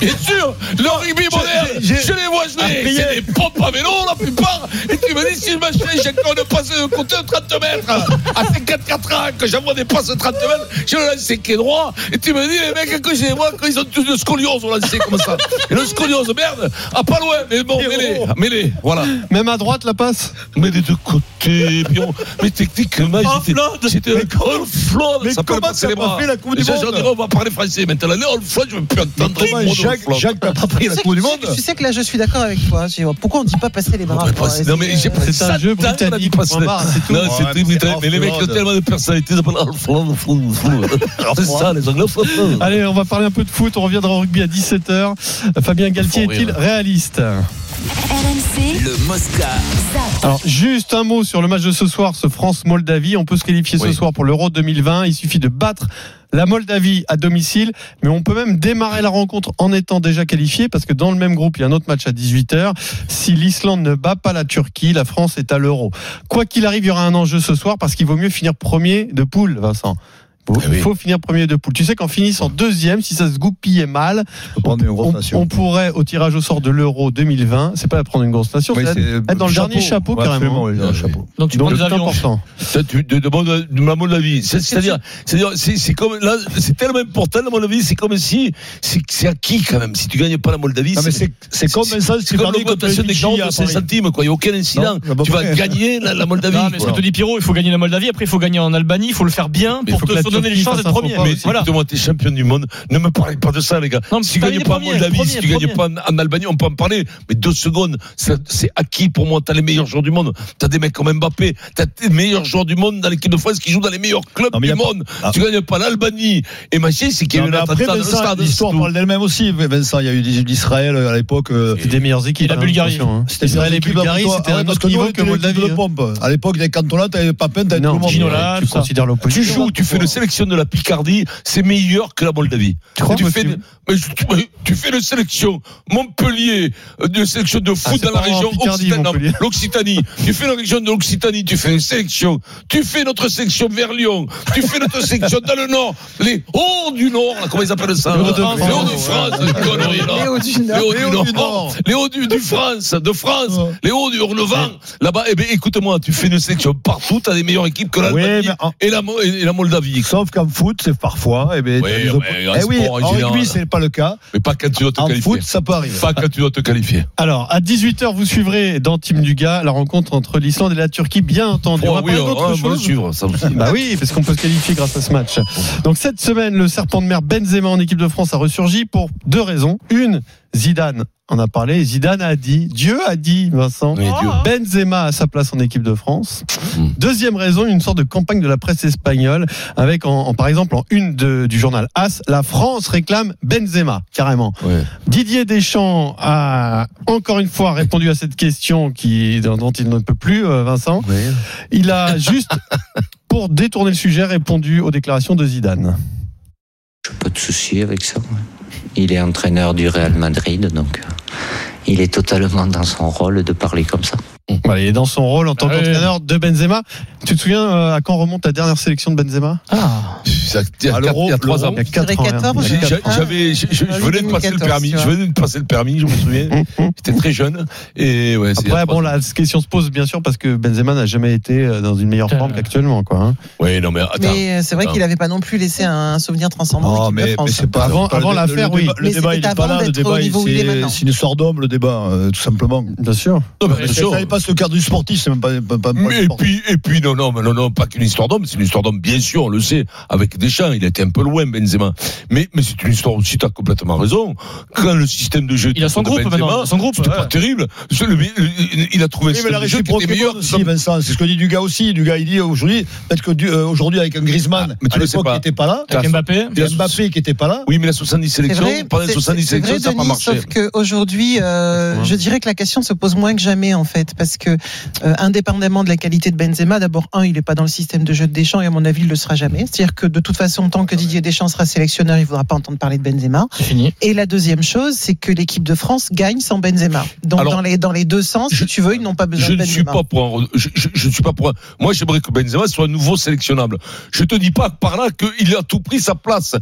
Speaker 4: Bien sûr, le rugby moderne, je les vois
Speaker 5: Ah,
Speaker 4: jouer. C'est des pompes à vélo la plupart. Et tu me dis si le machin, j'ai encore de passer de côté de 30 mètres. Ah, À 54 ans, que j'envoie des passes de 30 mètres, je le lance c'est qu'est droit. Et tu me dis, les mecs, que je les vois, quand ils ont tous de scoliose, on lance comme ça. Et le scoliose, merde, à pas loin. Mais bon, mêlé, mêlé, voilà.
Speaker 8: Même à droite, la passe.
Speaker 4: Mais des deux côtés, puis on- mais techniquement, j'étais- j'étais un flood.
Speaker 5: Mais
Speaker 4: ça peut
Speaker 5: comment
Speaker 4: pas
Speaker 5: t'as pas fait la Coupe du
Speaker 4: Déjà,
Speaker 5: Monde
Speaker 4: j'en dirais, on va parler français maintenant. Là, on le flotte, je veux plus entendre les mots
Speaker 5: Comment
Speaker 4: de
Speaker 5: Jacques,
Speaker 4: flotte.
Speaker 5: Jacques t'as pas pris
Speaker 7: Tu
Speaker 5: la
Speaker 7: sais
Speaker 5: Coupe
Speaker 7: que-
Speaker 5: du
Speaker 7: tu sais
Speaker 5: Monde
Speaker 7: que- Tu sais que là, je suis d'accord avec toi. Je dis, Pourquoi on ne dit pas passer les
Speaker 4: On
Speaker 7: bras euh,
Speaker 4: va pas- Non, mais j'ai pas
Speaker 8: C'est un jeu
Speaker 4: Satan, on a dit
Speaker 8: britannique,
Speaker 4: pas
Speaker 8: point barre, c'est tout.
Speaker 4: Non,
Speaker 5: Ouais,
Speaker 4: c'est
Speaker 5: mais
Speaker 4: très britannique.
Speaker 5: c'est
Speaker 4: Mais les mecs ont
Speaker 5: Half-Blood.
Speaker 4: tellement de personnalités, ils appellent Half Blood, Full, Full. C'est ça, les anglophones.
Speaker 8: Allez, on va parler un peu de foot. On reviendra au rugby à 17h. Fabien Galtier
Speaker 4: Faut rire.
Speaker 8: est-il réaliste
Speaker 2: RMC,
Speaker 3: Le Mosca.
Speaker 2: Zap.
Speaker 8: Alors, juste un mot sur le match de ce soir, ce France-Moldavie. On peut se qualifier ce
Speaker 4: Oui.
Speaker 8: soir pour l'Euro 2020. Il suffit de battre la Moldavie à domicile, mais on peut même démarrer la rencontre en étant déjà qualifié, parce que dans le même groupe, il y a un autre match à 18h. Si l'Islande ne bat pas la Turquie, la France est à l'Euro. Quoi qu'il arrive, il y aura un enjeu ce soir, parce qu'il vaut mieux finir premier de poule, Vincent.
Speaker 4: Eh
Speaker 8: Il
Speaker 4: oui.
Speaker 8: faut finir premier de poule. Tu sais qu'en finissant deuxième, si ça se goupillait mal,
Speaker 5: Prendre une grosse
Speaker 8: on,
Speaker 5: nation.
Speaker 8: on pourrait au tirage au sort de l'euro 2020, c'est pas à prendre une grosse nation,
Speaker 5: Oui,
Speaker 8: c'est
Speaker 5: c'est- euh,
Speaker 8: être dans le dernier chapeau
Speaker 5: Ouais,
Speaker 8: carrément.
Speaker 5: absolument, oui, dans le
Speaker 4: Ah, oui.
Speaker 5: chapeau.
Speaker 6: Donc tu
Speaker 8: Donc
Speaker 6: prends des
Speaker 8: c'est
Speaker 6: avions.
Speaker 8: important.
Speaker 4: Ça, tu de- demandes de- la Moldavie. C'est- C'est-à-dire, c'est-à-dire, c'est c'est comme là, c'est tellement important la Moldavie, c'est comme si, c'est c'est acquis quand même. Si tu gagnes pas la Moldavie,
Speaker 5: Non, mais c'est- c'est comme un sens
Speaker 4: C'est comme l'augmentation des
Speaker 5: gens
Speaker 4: grandes de 5 centimes, quoi. Il n'y a aucun incident.
Speaker 5: Non, bah,
Speaker 4: tu vas
Speaker 5: bah,
Speaker 4: gagner la, la Moldavie.
Speaker 6: Non, mais ce que
Speaker 4: quoi.
Speaker 6: te dit Pierrot, il faut gagner la Moldavie, après il faut gagner en Albanie, il faut le faire bien
Speaker 4: Mais
Speaker 6: Hein, pour
Speaker 8: faut
Speaker 6: te
Speaker 8: que la
Speaker 6: se donner les
Speaker 8: Turquie
Speaker 6: chances
Speaker 8: fasse
Speaker 6: d'être
Speaker 8: un faux
Speaker 6: premier.
Speaker 8: pas
Speaker 4: Mais
Speaker 8: aussi.
Speaker 6: Voilà.
Speaker 4: écoutez-moi, t'es champion du monde. Ne me parlez pas de ça, les gars.
Speaker 6: Non, mais
Speaker 4: si tu
Speaker 6: t'as
Speaker 4: gagnes
Speaker 6: mis
Speaker 4: pas en
Speaker 6: premier,
Speaker 4: Moldavie, si
Speaker 6: premier,
Speaker 4: tu gagnes
Speaker 6: premier.
Speaker 4: pas en en Albanie, on peut en parler. Mais deux secondes, ça, c'est acquis pour moi. T'as les meilleurs joueurs du monde. T'as des mecs comme Mbappé. T'as les meilleurs joueurs du monde dans l'équipe de France qui jouent dans les meilleurs clubs
Speaker 5: Non, mais
Speaker 4: du
Speaker 5: y a pas-
Speaker 4: monde.
Speaker 5: Ah.
Speaker 4: Tu gagnes pas l'Albanie. Et machin, c'est qu'il y a eu
Speaker 5: Non,
Speaker 4: un
Speaker 5: mais après,
Speaker 4: attentat dans le
Speaker 5: Vincent,
Speaker 4: stade.
Speaker 5: l'histoire parle d'elle-même aussi. Vincent, il y a eu l'Israël à l'époque. euh,
Speaker 8: C'est des meilleures équipes.
Speaker 6: Et la Bulgarie.
Speaker 8: attention, hein.
Speaker 5: C'était
Speaker 8: Israël et
Speaker 5: l'équipe
Speaker 8: Bulgarie,
Speaker 5: avant toi.
Speaker 8: c'était
Speaker 5: Ah ouais,
Speaker 8: un
Speaker 5: parce
Speaker 8: autre
Speaker 5: nous,
Speaker 8: niveau
Speaker 5: on
Speaker 8: que
Speaker 5: était l'équipe
Speaker 8: Moldavie.
Speaker 5: de pompe. À hein. l'époque, des cantons-là, t'avais pas peine,
Speaker 8: hein.
Speaker 5: t'avais tout le
Speaker 8: Non,
Speaker 5: monde.
Speaker 6: Ginola,
Speaker 8: tu
Speaker 6: tout ça.
Speaker 8: considères l'opposition.
Speaker 4: Tu joues, tu fais le sélectionneur sélection de la Picardie, c'est meilleur que la Moldavie.
Speaker 8: Tu crois,
Speaker 4: tu, fais,
Speaker 8: monsieur
Speaker 4: mais je- tu, mais tu fais une sélection Montpellier, euh, une sélection de
Speaker 8: Ah,
Speaker 4: foot
Speaker 8: c'est
Speaker 4: dans la
Speaker 8: pas en
Speaker 4: région
Speaker 8: Picardie,
Speaker 4: Occitanie, non,
Speaker 8: Montpellier.
Speaker 4: l'Occitanie. tu fais la région de l'Occitanie, tu fais une sélection. Tu fais notre sélection vers Lyon. Tu fais notre sélection dans le Nord. Les hauts du Nord, là, comment ils appellent ça
Speaker 8: Les
Speaker 4: là
Speaker 8: Hauts de
Speaker 4: Les Hauts de
Speaker 8: France.
Speaker 4: France, les conneries, là.
Speaker 7: Léo du Nord.
Speaker 4: Les hauts du Nord, les hauts du, du France, de France, les hauts du Levant. Là-bas, eh ben, écoute-moi, tu fais une sélection partout, t'as des meilleures équipes que l'Allemagne
Speaker 5: Oui, mais en-
Speaker 4: et, la, Mo- et la Moldavie.
Speaker 5: Sauf qu'en foot, c'est parfois. Eh ben,
Speaker 4: Oui,
Speaker 5: t'as des
Speaker 4: mais
Speaker 5: oppo-
Speaker 4: en
Speaker 5: Eh oui,
Speaker 4: sport, en
Speaker 5: en
Speaker 4: général.
Speaker 5: rugby, c'est pas le cas.
Speaker 4: Mais pas quand tu dois te
Speaker 5: En
Speaker 4: qualifier.
Speaker 5: foot, ça peut arriver.
Speaker 4: Pas quand tu dois te qualifier.
Speaker 8: Alors, à 18h, vous suivrez dans Team Duga la rencontre entre l'Islande et la Turquie, bien entendu.
Speaker 4: Oh,
Speaker 8: on va
Speaker 4: oui,
Speaker 8: parler
Speaker 4: on-
Speaker 8: d'autre
Speaker 4: on va le
Speaker 8: chose.
Speaker 4: suivre, ça aussi.
Speaker 8: Bah oui, parce qu'on peut se qualifier grâce à ce match. Donc cette semaine, le serpent de mer Benzema en équipe de France a ressurgi pour deux raisons. Une, Zidane en a parlé. Zidane a dit, Dieu a dit, Vincent,
Speaker 4: Oui, Dieu. Hmm.
Speaker 8: Benzema a sa place en équipe de France. Deuxième raison, une sorte de campagne de la presse espagnole avec, en, en- par exemple, en une de- du journal As, la France réclame Benzema, carrément.
Speaker 4: Ouais.
Speaker 8: Didier Deschamps a encore une fois répondu à cette question qui, dont dont il ne peut plus, euh, Vincent. Il a juste, pour détourner le sujet, répondu aux déclarations de Zidane.
Speaker 12: Pas de souci avec ça. Il est entraîneur du Real Madrid, donc euh, il est totalement dans son rôle de parler comme ça.
Speaker 8: Voilà, il est dans son rôle en tant
Speaker 4: Ah oui.
Speaker 8: qu'entraîneur de Benzema. Tu te souviens euh, à quand remonte la dernière sélection de Benzema
Speaker 7: Ah,
Speaker 4: Ça- Il y a quatre- il y a
Speaker 5: Ah, l'euro,
Speaker 4: trois ans.
Speaker 8: Il y a
Speaker 7: Je dirais
Speaker 8: quatre ans. hein.
Speaker 7: 14,
Speaker 4: J'ai- j'a-
Speaker 7: Ah.
Speaker 4: J'avais, je, je- je
Speaker 7: Ah oui,
Speaker 4: venais de passer le
Speaker 7: 2014,
Speaker 4: permis.
Speaker 7: tu
Speaker 4: Je
Speaker 7: vois.
Speaker 4: venais de passer le permis, je me souviens. J'étais très jeune. Et ouais, c'est.
Speaker 8: Après, bon, la question se pose bien sûr parce que Benzema n'a jamais été euh, dans une meilleure
Speaker 6: Euh.
Speaker 8: forme qu'actuellement. Quoi, hein.
Speaker 4: Ouais, non, mais attends. Oh,
Speaker 7: Mais euh, c'est vrai
Speaker 4: Attends.
Speaker 7: qu'il n'avait pas non plus laissé un souvenir
Speaker 4: Ah,
Speaker 7: transcendant.
Speaker 5: Non,
Speaker 7: à l'équipe de
Speaker 5: mais,
Speaker 7: France. hein.
Speaker 5: mais c'est pas
Speaker 8: Avant-
Speaker 5: pas
Speaker 8: avant
Speaker 5: le dé-
Speaker 8: l'affaire,
Speaker 5: le
Speaker 8: oui.
Speaker 5: débat-
Speaker 7: Mais
Speaker 5: Le débat, il
Speaker 7: c'était
Speaker 5: est pas
Speaker 7: avant
Speaker 5: là. Le
Speaker 7: d'être au
Speaker 5: débat, il-
Speaker 7: niveau où il est
Speaker 5: c'est
Speaker 7: maintenant.
Speaker 5: c'est une histoire d'homme, le débat, euh, tout simplement.
Speaker 8: Bien sûr.
Speaker 4: Non,
Speaker 6: Bah,
Speaker 4: mais
Speaker 5: Mais
Speaker 4: bien
Speaker 5: Ça
Speaker 4: sûr.
Speaker 5: ça dépasse le cadre du sportif, c'est même pas. pas- pas- pas
Speaker 4: Mais
Speaker 5: le
Speaker 4: et
Speaker 5: sportif.
Speaker 4: puis, et puis, non, non, mais non, non, pas qu'une histoire d'homme, c'est une histoire d'homme, bien sûr, on le sait, avec Deschamps, il était un peu loin, Benzema. Mais, mais c'est une histoire aussi, t'as complètement raison. Quand le système de jeu.
Speaker 6: Il a son
Speaker 4: de
Speaker 6: groupe
Speaker 4: Benzema,
Speaker 6: maintenant, son groupe.
Speaker 4: C'était pas
Speaker 6: ouais.
Speaker 4: terrible. C'est le- le- il a trouvé un
Speaker 5: Oui, mais la
Speaker 4: système de jeu qui
Speaker 5: réciproque
Speaker 4: était
Speaker 5: est
Speaker 4: meilleur.
Speaker 5: bonne aussi, Vincent. C'est ce que dit Dugas aussi. Dugas, il dit aujourd'hui, peut-être que du- euh, aujourd'hui avec un Griezmann,
Speaker 4: Ah, mais tu
Speaker 5: à
Speaker 4: le sais
Speaker 5: l'époque,
Speaker 4: pas.
Speaker 5: qui n'était pas là,
Speaker 6: Avec Mbappé.
Speaker 5: et Mbappé qui n'était pas là.
Speaker 4: Oui, mais la 70
Speaker 7: C'est
Speaker 4: sélection,
Speaker 7: vrai,
Speaker 4: pendant les
Speaker 7: c'est-
Speaker 4: 70
Speaker 7: c'est vrai,
Speaker 4: sélections, ça n'a pas
Speaker 7: Denis,
Speaker 4: marché.
Speaker 7: Sauf qu'aujourd'hui, euh, je dirais que la question se pose moins que jamais, en fait. Parce que, euh, indépendamment de la qualité de Benzema, d'abord, un, il n'est pas dans le système de jeu de Deschamps et à mon avis, il ne le sera jamais. C'est-à-dire que, de toute façon, tant que Didier Deschamps sera sélectionneur, il ne voudra pas entendre parler de Benzema.
Speaker 6: C'est fini.
Speaker 7: Et la deuxième chose, c'est que l'équipe de France gagne sans Benzema. Donc,
Speaker 4: Alors,
Speaker 7: dans, les, dans les deux sens,
Speaker 4: je-
Speaker 7: si tu veux, ils n'ont pas besoin
Speaker 4: Je
Speaker 7: de
Speaker 4: ne
Speaker 7: Benzema.
Speaker 4: suis pas pour un, re- je, je- je ne suis pas pour un- Moi, j'aimerais que Benzema soit à nouveau sélectionnable. Je te dis pas par là qu'il a à tout pris sa place.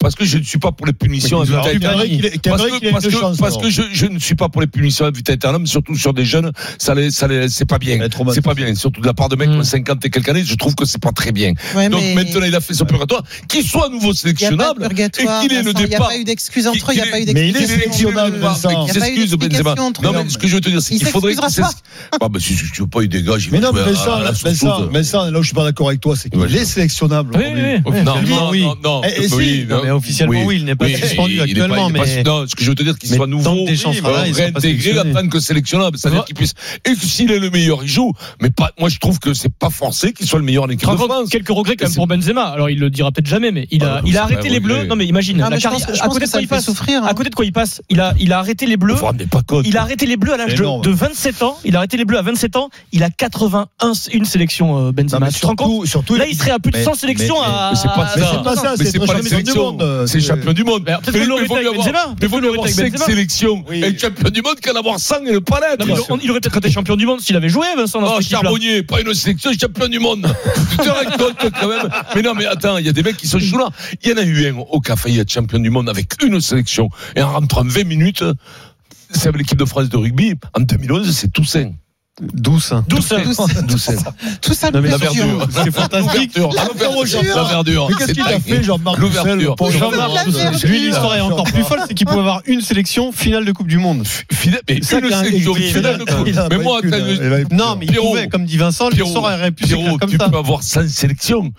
Speaker 4: Parce que je ne suis pas pour les punitions à
Speaker 8: Mais
Speaker 4: vue
Speaker 8: alors, tu
Speaker 4: interne.
Speaker 8: verrais qu'il
Speaker 5: est- tu
Speaker 4: Parce
Speaker 5: verrais
Speaker 4: que,
Speaker 5: qu'il a
Speaker 4: parce
Speaker 5: une
Speaker 4: que-
Speaker 5: chance,
Speaker 4: parce
Speaker 5: alors.
Speaker 4: que je, je ne suis pas pour les punitions à vue interne, mais surtout sur des jeunes, ça les, ça les- c'est pas bien.
Speaker 5: Elle est trop
Speaker 4: C'est pas bien. Surtout de la part de mecs
Speaker 6: Mm.
Speaker 4: qui ont 50 et quelques années, je trouve que c'est pas très bien.
Speaker 7: Ouais,
Speaker 4: Donc
Speaker 7: mais
Speaker 4: maintenant, il a fait son purgatoire. Qu'il soit à
Speaker 7: il y a
Speaker 4: nouveau
Speaker 7: pas de
Speaker 4: sélectionnable.
Speaker 7: purgatoire,
Speaker 4: et qu'il ait le
Speaker 7: Vincent. Il n'y a
Speaker 4: départ.
Speaker 7: pas eu d'excuse entre eux, il n'y a
Speaker 4: qu'il-
Speaker 7: pas eu
Speaker 5: mais il est
Speaker 7: d'excuse.
Speaker 5: sélectionnable, Vincent.
Speaker 4: Benzema.
Speaker 5: Il
Speaker 7: y a pas eu
Speaker 4: S'excuse
Speaker 7: d'explication
Speaker 4: Benzema.
Speaker 7: entre
Speaker 4: Non
Speaker 7: eux.
Speaker 4: mais ce que je veux te dire, c'est
Speaker 7: Il
Speaker 4: qu'il faudrait. qu'il
Speaker 7: s'excusera
Speaker 4: s'ex- Ah bah si si tu veux pas, Ah, il dégage. il
Speaker 5: Mais
Speaker 4: va
Speaker 5: non, mais
Speaker 4: jouer à-
Speaker 5: Vincent,
Speaker 4: à la
Speaker 5: Vincent,
Speaker 4: sourceuse.
Speaker 5: Vincent, là où je suis pas d'accord avec toi, c'est qu'il
Speaker 4: Ouais.
Speaker 5: est sélectionnable.
Speaker 6: Oui,
Speaker 5: aujourd'hui.
Speaker 6: oui, oui.
Speaker 4: Non,
Speaker 8: Officiellement,
Speaker 4: non,
Speaker 8: oui.
Speaker 4: non, non.
Speaker 5: Eh, eh,
Speaker 4: Oui,
Speaker 5: si.
Speaker 8: Non, mais officiellement, oui, il n'est pas suspendu
Speaker 4: il est pas-
Speaker 8: actuellement,
Speaker 4: il est pas-
Speaker 8: mais-
Speaker 4: non, ce que je veux te dire, c'est qu'il
Speaker 8: Mais
Speaker 4: soit
Speaker 8: tant
Speaker 4: nouveau,
Speaker 8: que Deschamps sera
Speaker 4: euh,
Speaker 8: là, il sera pas
Speaker 4: réintégré en
Speaker 8: sélectionné.
Speaker 4: tant que sélectionnable. C'est-à-dire
Speaker 6: Ouais.
Speaker 4: qu'il puisse. Et que s'il est le meilleur, il joue. Mais pas, moi, je trouve que c'est pas forcé qu'il soit le meilleur en équipe
Speaker 6: Par
Speaker 4: de
Speaker 6: contre,
Speaker 4: France.
Speaker 6: quelques regrets quand
Speaker 4: Et
Speaker 6: même pour Benzema. Alors il le dira peut-être jamais, mais il a,
Speaker 4: Ah,
Speaker 6: il a
Speaker 4: c'est
Speaker 6: arrêté
Speaker 4: pas
Speaker 6: les
Speaker 4: vrai.
Speaker 6: Bleus. Non mais imagine,
Speaker 7: Ah, mais
Speaker 6: la
Speaker 7: je pense-
Speaker 6: carrière-
Speaker 7: je
Speaker 6: à
Speaker 7: pense
Speaker 6: côté
Speaker 7: que
Speaker 6: de
Speaker 7: ça
Speaker 6: quoi
Speaker 7: le
Speaker 6: il
Speaker 7: fait
Speaker 6: passe,
Speaker 7: souffrir, hein.
Speaker 6: à côté de quoi il passe, il a, il a arrêté les Bleus.
Speaker 4: Vous vous rendez pas compte.
Speaker 6: Il a arrêté les Bleus à l'âge de,
Speaker 5: Énorme.
Speaker 6: de 27 ans. Il a arrêté les Bleus à 27 ans. Il a 81 une sélection euh,
Speaker 5: Non,
Speaker 6: Benzema.
Speaker 5: mais
Speaker 6: tu te rends compte
Speaker 5: surtout, surtout,
Speaker 6: Là, il serait à plus de
Speaker 5: mais-
Speaker 6: 100 sélections
Speaker 5: mais-
Speaker 6: à.
Speaker 4: Mais c'est pas
Speaker 5: Mais
Speaker 4: ça.
Speaker 5: c'est pas
Speaker 8: Ah,
Speaker 5: ça,
Speaker 4: Mais
Speaker 5: c'est
Speaker 4: c'est pas la
Speaker 5: être champion du
Speaker 4: sélection.
Speaker 8: euh,
Speaker 5: monde. euh,
Speaker 4: C'est champion du monde.
Speaker 6: Mais alors, peut-être
Speaker 4: Mais
Speaker 6: que
Speaker 4: il vaut
Speaker 6: l'aurait
Speaker 4: mieux
Speaker 6: été avec
Speaker 4: avoir-
Speaker 6: Benzema.
Speaker 4: mais il vaut
Speaker 6: Peut-être
Speaker 4: mieux
Speaker 6: que
Speaker 4: avoir
Speaker 6: l'aurait été avec
Speaker 4: 5
Speaker 6: Benzema.
Speaker 4: sélections et champion du monde qu'en avoir 100 et ne pas l'être.
Speaker 6: Non, mais il- on- il aurait peut-être été champion du monde s'il avait joué, Vincent, dans
Speaker 4: Oh,
Speaker 6: cette équipe-là.
Speaker 4: Charbonnier, pas une sélection, champion du monde. tu te rends compte quand même. Mais non, mais attends, il y a des mecs qui sont chauds là. Il y en a eu un au café, il y a champion du monde avec une sélection. Et en rentrant 20 minutes, c'est avec l'équipe de France de rugby. En 2011, c'est Toussaint.
Speaker 8: Douce. hein.
Speaker 6: Douce.
Speaker 4: Toussaint.
Speaker 7: Tout ça,
Speaker 8: Non, mais
Speaker 7: bien
Speaker 4: La
Speaker 7: sûr.
Speaker 4: verdure.
Speaker 8: C'est fantastique.
Speaker 4: L'ouverture. Ah,
Speaker 7: verdure.
Speaker 4: La verdure.
Speaker 5: Mais qu'est-ce
Speaker 4: C'est
Speaker 5: qu'il a
Speaker 4: dingue.
Speaker 5: fait, Jean-Marc Roussel, le
Speaker 4: L'ouverture.
Speaker 5: pauvre
Speaker 7: Je veux de
Speaker 5: Jean-Marc
Speaker 7: la
Speaker 5: Roussel
Speaker 7: verdure.
Speaker 8: Lui, l'histoire est encore plus folle, c'est qu'il pouvait avoir une sélection finale de Coupe du Monde.
Speaker 4: Fidèle- Mais une
Speaker 8: Ça, il a un
Speaker 4: sélection.
Speaker 8: écrit,
Speaker 4: fidèle
Speaker 8: il
Speaker 4: de
Speaker 8: a-
Speaker 4: coup.
Speaker 5: il a
Speaker 4: Mais
Speaker 5: pas
Speaker 4: moi,
Speaker 5: eu de
Speaker 4: quand
Speaker 5: cul,
Speaker 4: je-
Speaker 5: hein. Il a eu de
Speaker 8: Non, mais il
Speaker 4: Pierrot.
Speaker 8: pouvait, comme dit Vincent, l'histoire aurait pu s'écrire
Speaker 4: Pierrot,
Speaker 8: comme
Speaker 4: tu
Speaker 8: ça.
Speaker 4: peux avoir 100 sélections.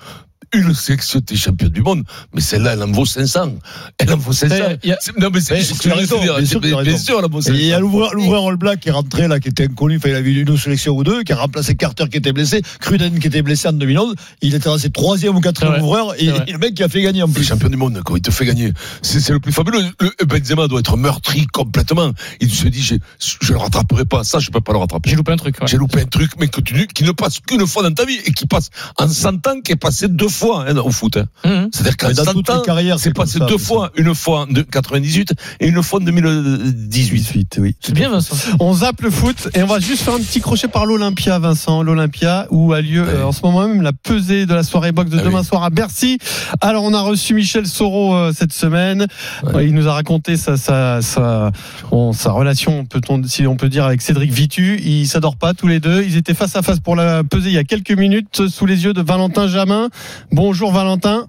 Speaker 4: Une sélection, t'es champion du monde, mais celle-là, elle en vaut 500. Elle en vaut 500.
Speaker 6: Eh, y a-
Speaker 4: C'est- Non, mais c'est
Speaker 5: Mais
Speaker 4: c'est ce que
Speaker 5: tu as
Speaker 4: je veux
Speaker 5: raison,
Speaker 4: dire.
Speaker 5: bien sûr que tu as
Speaker 4: Bien
Speaker 5: raison.
Speaker 4: sûr, elle en vaut
Speaker 5: Et il y a
Speaker 4: 500.
Speaker 5: l'ouvreur l'ouvreur All Black qui est rentré là, qui était inconnu, enfin, il avait eu une sélection ou deux, qui a remplacé Carter qui était blessé, Cruden qui était blessé en 2011, il était resté troisième ou
Speaker 6: C'est
Speaker 5: quatrième
Speaker 6: vrai.
Speaker 5: ouvreur, et,
Speaker 6: C'est vrai.
Speaker 5: et le mec qui a fait gagner en
Speaker 4: Le
Speaker 5: plus.
Speaker 4: champion du monde, quoi, il te fait gagner. C'est c'est le plus fabuleux. Le Benzema doit être meurtri complètement. Il se dit, j'ai- je ne le rattraperai pas. Ça, je ne peux pas le rattraper.
Speaker 6: J'ai loupé un truc. ouais.
Speaker 4: J'ai loupé un truc, mais que tu, qui ne passe qu'une fois dans ta vie et qui passe en 100 ans, qui est passé deux fois hein, au foot. hein.
Speaker 6: Mhm.
Speaker 4: C'est-à-dire qu'en
Speaker 5: Mais dans
Speaker 4: 100
Speaker 5: toutes les
Speaker 4: ans,
Speaker 5: carrières,
Speaker 4: c'est
Speaker 5: c'est
Speaker 4: passé
Speaker 5: comme ça,
Speaker 4: deux
Speaker 5: c'est
Speaker 4: fois, une fois en de- 98 et une fois en 2018.
Speaker 5: oui.
Speaker 6: C'est bien, Vincent.
Speaker 8: On zappe le foot et on va juste faire un petit crochet par l'Olympia, Vincent. L'Olympia où a lieu euh, en ce moment même la pesée de la soirée boxe de
Speaker 4: Ah
Speaker 8: demain
Speaker 4: oui.
Speaker 8: soir à Bercy. Alors on a reçu Michel Soro euh, cette semaine. Ouais, Il nous a raconté sa sa sa, bon, sa relation, peut-on si on peut dire, avec Cédric Vitu. Ils s'adorent pas tous les deux. Ils étaient face à face pour la pesée il y a quelques minutes sous les yeux de Valentin Jamin. Bonjour Valentin.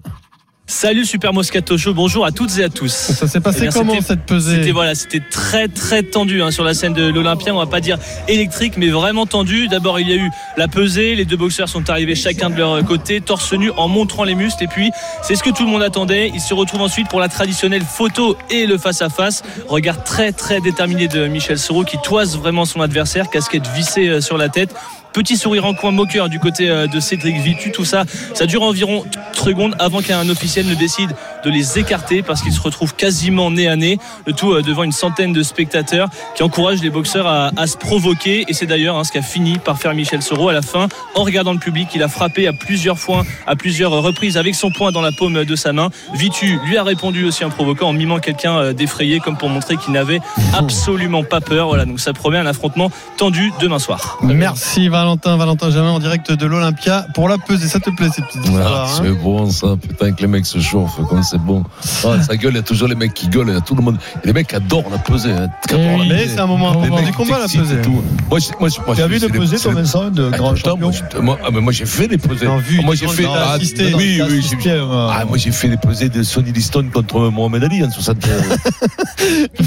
Speaker 13: Salut Super Moscato Show, bonjour à toutes et à tous. Ça
Speaker 8: s'est
Speaker 6: Eh
Speaker 8: passé comment, cette pesée
Speaker 13: C'était voilà, c'était très très tendu hein, sur la scène de l'Olympia. On va pas dire électrique, mais vraiment tendu. D'abord il y a eu la pesée, les deux boxeurs sont arrivés chacun de leur côté, torse nu en montrant les muscles. Et puis c'est ce que tout le monde attendait. Ils se retrouvent ensuite pour la traditionnelle photo et le face à face. Regard très très déterminé de Michel Soro qui toise vraiment son adversaire, casquette vissée euh, sur la tête. Petit sourire en coin moqueur du côté euh, de Cédric Vitu, tout ça, ça dure environ 30 secondes avant qu'un officiel ne décide de les écarter parce qu'ils se retrouvent quasiment nez à nez, le tout euh, devant une centaine de spectateurs qui encouragent les boxeurs à, à se provoquer et c'est d'ailleurs hein, ce qu'a fini par faire Michel Soro à la fin en regardant le public, il a frappé à plusieurs fois, à plusieurs reprises avec son poing dans la paume de sa main. Vitu lui a répondu aussi en provoquant, en mimant quelqu'un euh, d'effrayé comme pour montrer qu'il n'avait absolument pas peur. Voilà, donc ça promet un affrontement tendu demain soir.
Speaker 8: Merci Valentin, Valentin Jamin en direct de l'Olympia pour la pesée. Ça te plaît ces petites histoires hein
Speaker 4: Voilà, Ah, c'est bon ça, putain que les mecs se chauffent, comme c'est bon. Ah, sa gueule, il y a toujours les mecs qui gueulent, il y a tout le monde. Et les mecs adorent la pesée. hein, adorent la
Speaker 8: Mais
Speaker 4: pesée.
Speaker 8: c'est un moment
Speaker 4: Les
Speaker 8: important
Speaker 4: mecs
Speaker 8: du combat, la
Speaker 4: t'excitent
Speaker 8: pesée.
Speaker 4: et tout. Moi, j'ai- moi, j'ai- moi,
Speaker 5: Tu as
Speaker 4: j'ai-
Speaker 5: vu de
Speaker 4: c'est les-
Speaker 5: peser,
Speaker 4: c'est
Speaker 5: toi,
Speaker 4: les-
Speaker 5: Vincent, de
Speaker 4: Ah,
Speaker 5: grand
Speaker 4: putain,
Speaker 5: champion
Speaker 4: moi, j'ai- moi, ah, mais moi, j'ai fait des pesées.
Speaker 8: Non, vu,
Speaker 4: Ah, moi
Speaker 8: il
Speaker 4: j'ai
Speaker 8: demande
Speaker 4: fait
Speaker 8: d'avoir
Speaker 4: ah,
Speaker 8: assisté.
Speaker 4: non, oui,
Speaker 8: Il a
Speaker 4: oui,
Speaker 8: assisté,
Speaker 4: j'ai-
Speaker 8: euh,
Speaker 4: ah, moi j'ai fait des pesées de Sonny Liston contre Mohamed Ali en 60.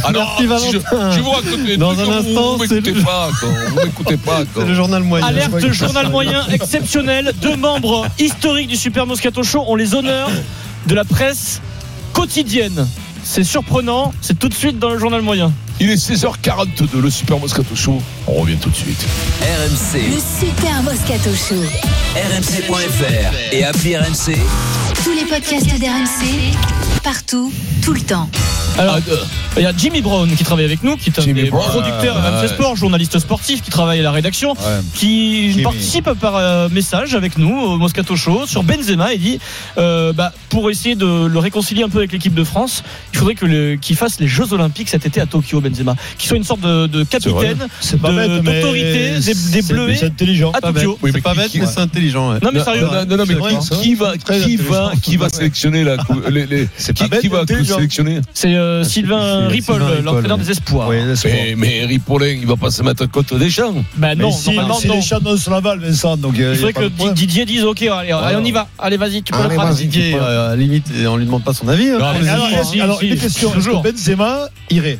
Speaker 4: ah non,
Speaker 8: Merci,
Speaker 4: je,
Speaker 8: Valentin.
Speaker 4: je vous raconte des
Speaker 8: Dans
Speaker 4: trucs,
Speaker 8: un
Speaker 4: vous-
Speaker 8: instant,
Speaker 4: vous
Speaker 8: c'est
Speaker 4: m'écoutez
Speaker 8: le-
Speaker 4: pas, quoi, vous m'écoutez pas. quoi.
Speaker 8: C'est le journal moyen.
Speaker 6: Alerte journal moyen exceptionnel. Deux membres historiques du Super Moscato Show ont les honneurs de la presse quotidienne. C'est surprenant, c'est tout de suite dans le journal moyen.
Speaker 4: Il est 16h42, le Super Moscato Show. On revient tout de suite.
Speaker 2: Le
Speaker 14: RMC,
Speaker 2: Super Moscato Show.
Speaker 14: rmc.fr et appli RMC.
Speaker 2: Tous les podcasts d'RMC, partout, tout le temps.
Speaker 6: Alors, il y a Jimmy Brown qui travaille avec nous, qui est
Speaker 4: Ah,
Speaker 6: un
Speaker 4: euh, Jimmy
Speaker 6: des
Speaker 4: Brown,
Speaker 6: producteurs
Speaker 4: ouais,
Speaker 6: RMC
Speaker 4: ouais.
Speaker 6: Sport, journaliste sportif, qui travaille à la rédaction,
Speaker 4: Ouais.
Speaker 6: qui
Speaker 4: Jimmy.
Speaker 6: participe par euh, message avec nous au Moscato Show sur Benzema et dit euh, bah, pour essayer de le réconcilier un peu avec l'équipe de France, il faudrait que le- qu'il fasse les Jeux Olympiques cet été à Tokyo, Benzema, qu'il soit une sorte de, de capitaine,
Speaker 5: C'est pas
Speaker 6: de-
Speaker 5: bête, mais
Speaker 6: d'autorité des, des
Speaker 5: c'est-
Speaker 6: Bleus.
Speaker 5: C'est intelligent.
Speaker 6: à
Speaker 8: Pas bête.
Speaker 6: Tokyo.
Speaker 4: Oui, mais
Speaker 8: C'est pas
Speaker 4: qui-
Speaker 8: bête,
Speaker 4: qui-
Speaker 8: mais c'est intelligent. ouais.
Speaker 6: Non mais sérieux,
Speaker 4: Non, non, non, mais
Speaker 8: vrai,
Speaker 4: qui,
Speaker 8: ça.
Speaker 4: qui va,
Speaker 5: Très
Speaker 4: qui va,
Speaker 5: intelligent.
Speaker 4: qui va sélectionner la, cou- les, les- qui,
Speaker 5: pas bête,
Speaker 4: qui va
Speaker 5: intelligent.
Speaker 4: sélectionner
Speaker 6: c'est euh, Sylvain
Speaker 8: c'est
Speaker 6: Ripoll,
Speaker 8: Sylvain Ripoll,
Speaker 6: l'entraîneur
Speaker 8: ouais.
Speaker 6: des espoirs.
Speaker 5: Oui, laisse-moi.
Speaker 4: mais, mais Ripollin, il va pas se mettre contre des champs.
Speaker 6: Bah
Speaker 5: Mais
Speaker 6: non,
Speaker 5: si,
Speaker 6: normalement
Speaker 5: si
Speaker 6: non.
Speaker 5: les chats donnent sur la balle, Vincent, donc euh,
Speaker 6: Il
Speaker 5: y a
Speaker 6: faudrait
Speaker 5: pas
Speaker 6: que
Speaker 5: de problème.
Speaker 6: Didier dise ok, allez, allez, on y va, allez vas-y, tu peux
Speaker 8: Allez,
Speaker 6: le prendre.
Speaker 8: vas-y, Didier, euh, à la limite, on lui demande pas son avis. hein,
Speaker 6: Non,
Speaker 8: pour
Speaker 6: mais
Speaker 8: les
Speaker 5: Alors,
Speaker 8: histoires,
Speaker 5: est-ce-
Speaker 6: Si,
Speaker 5: alors,
Speaker 6: si,
Speaker 5: une question est-ce
Speaker 6: toujours.
Speaker 5: que Benzema irait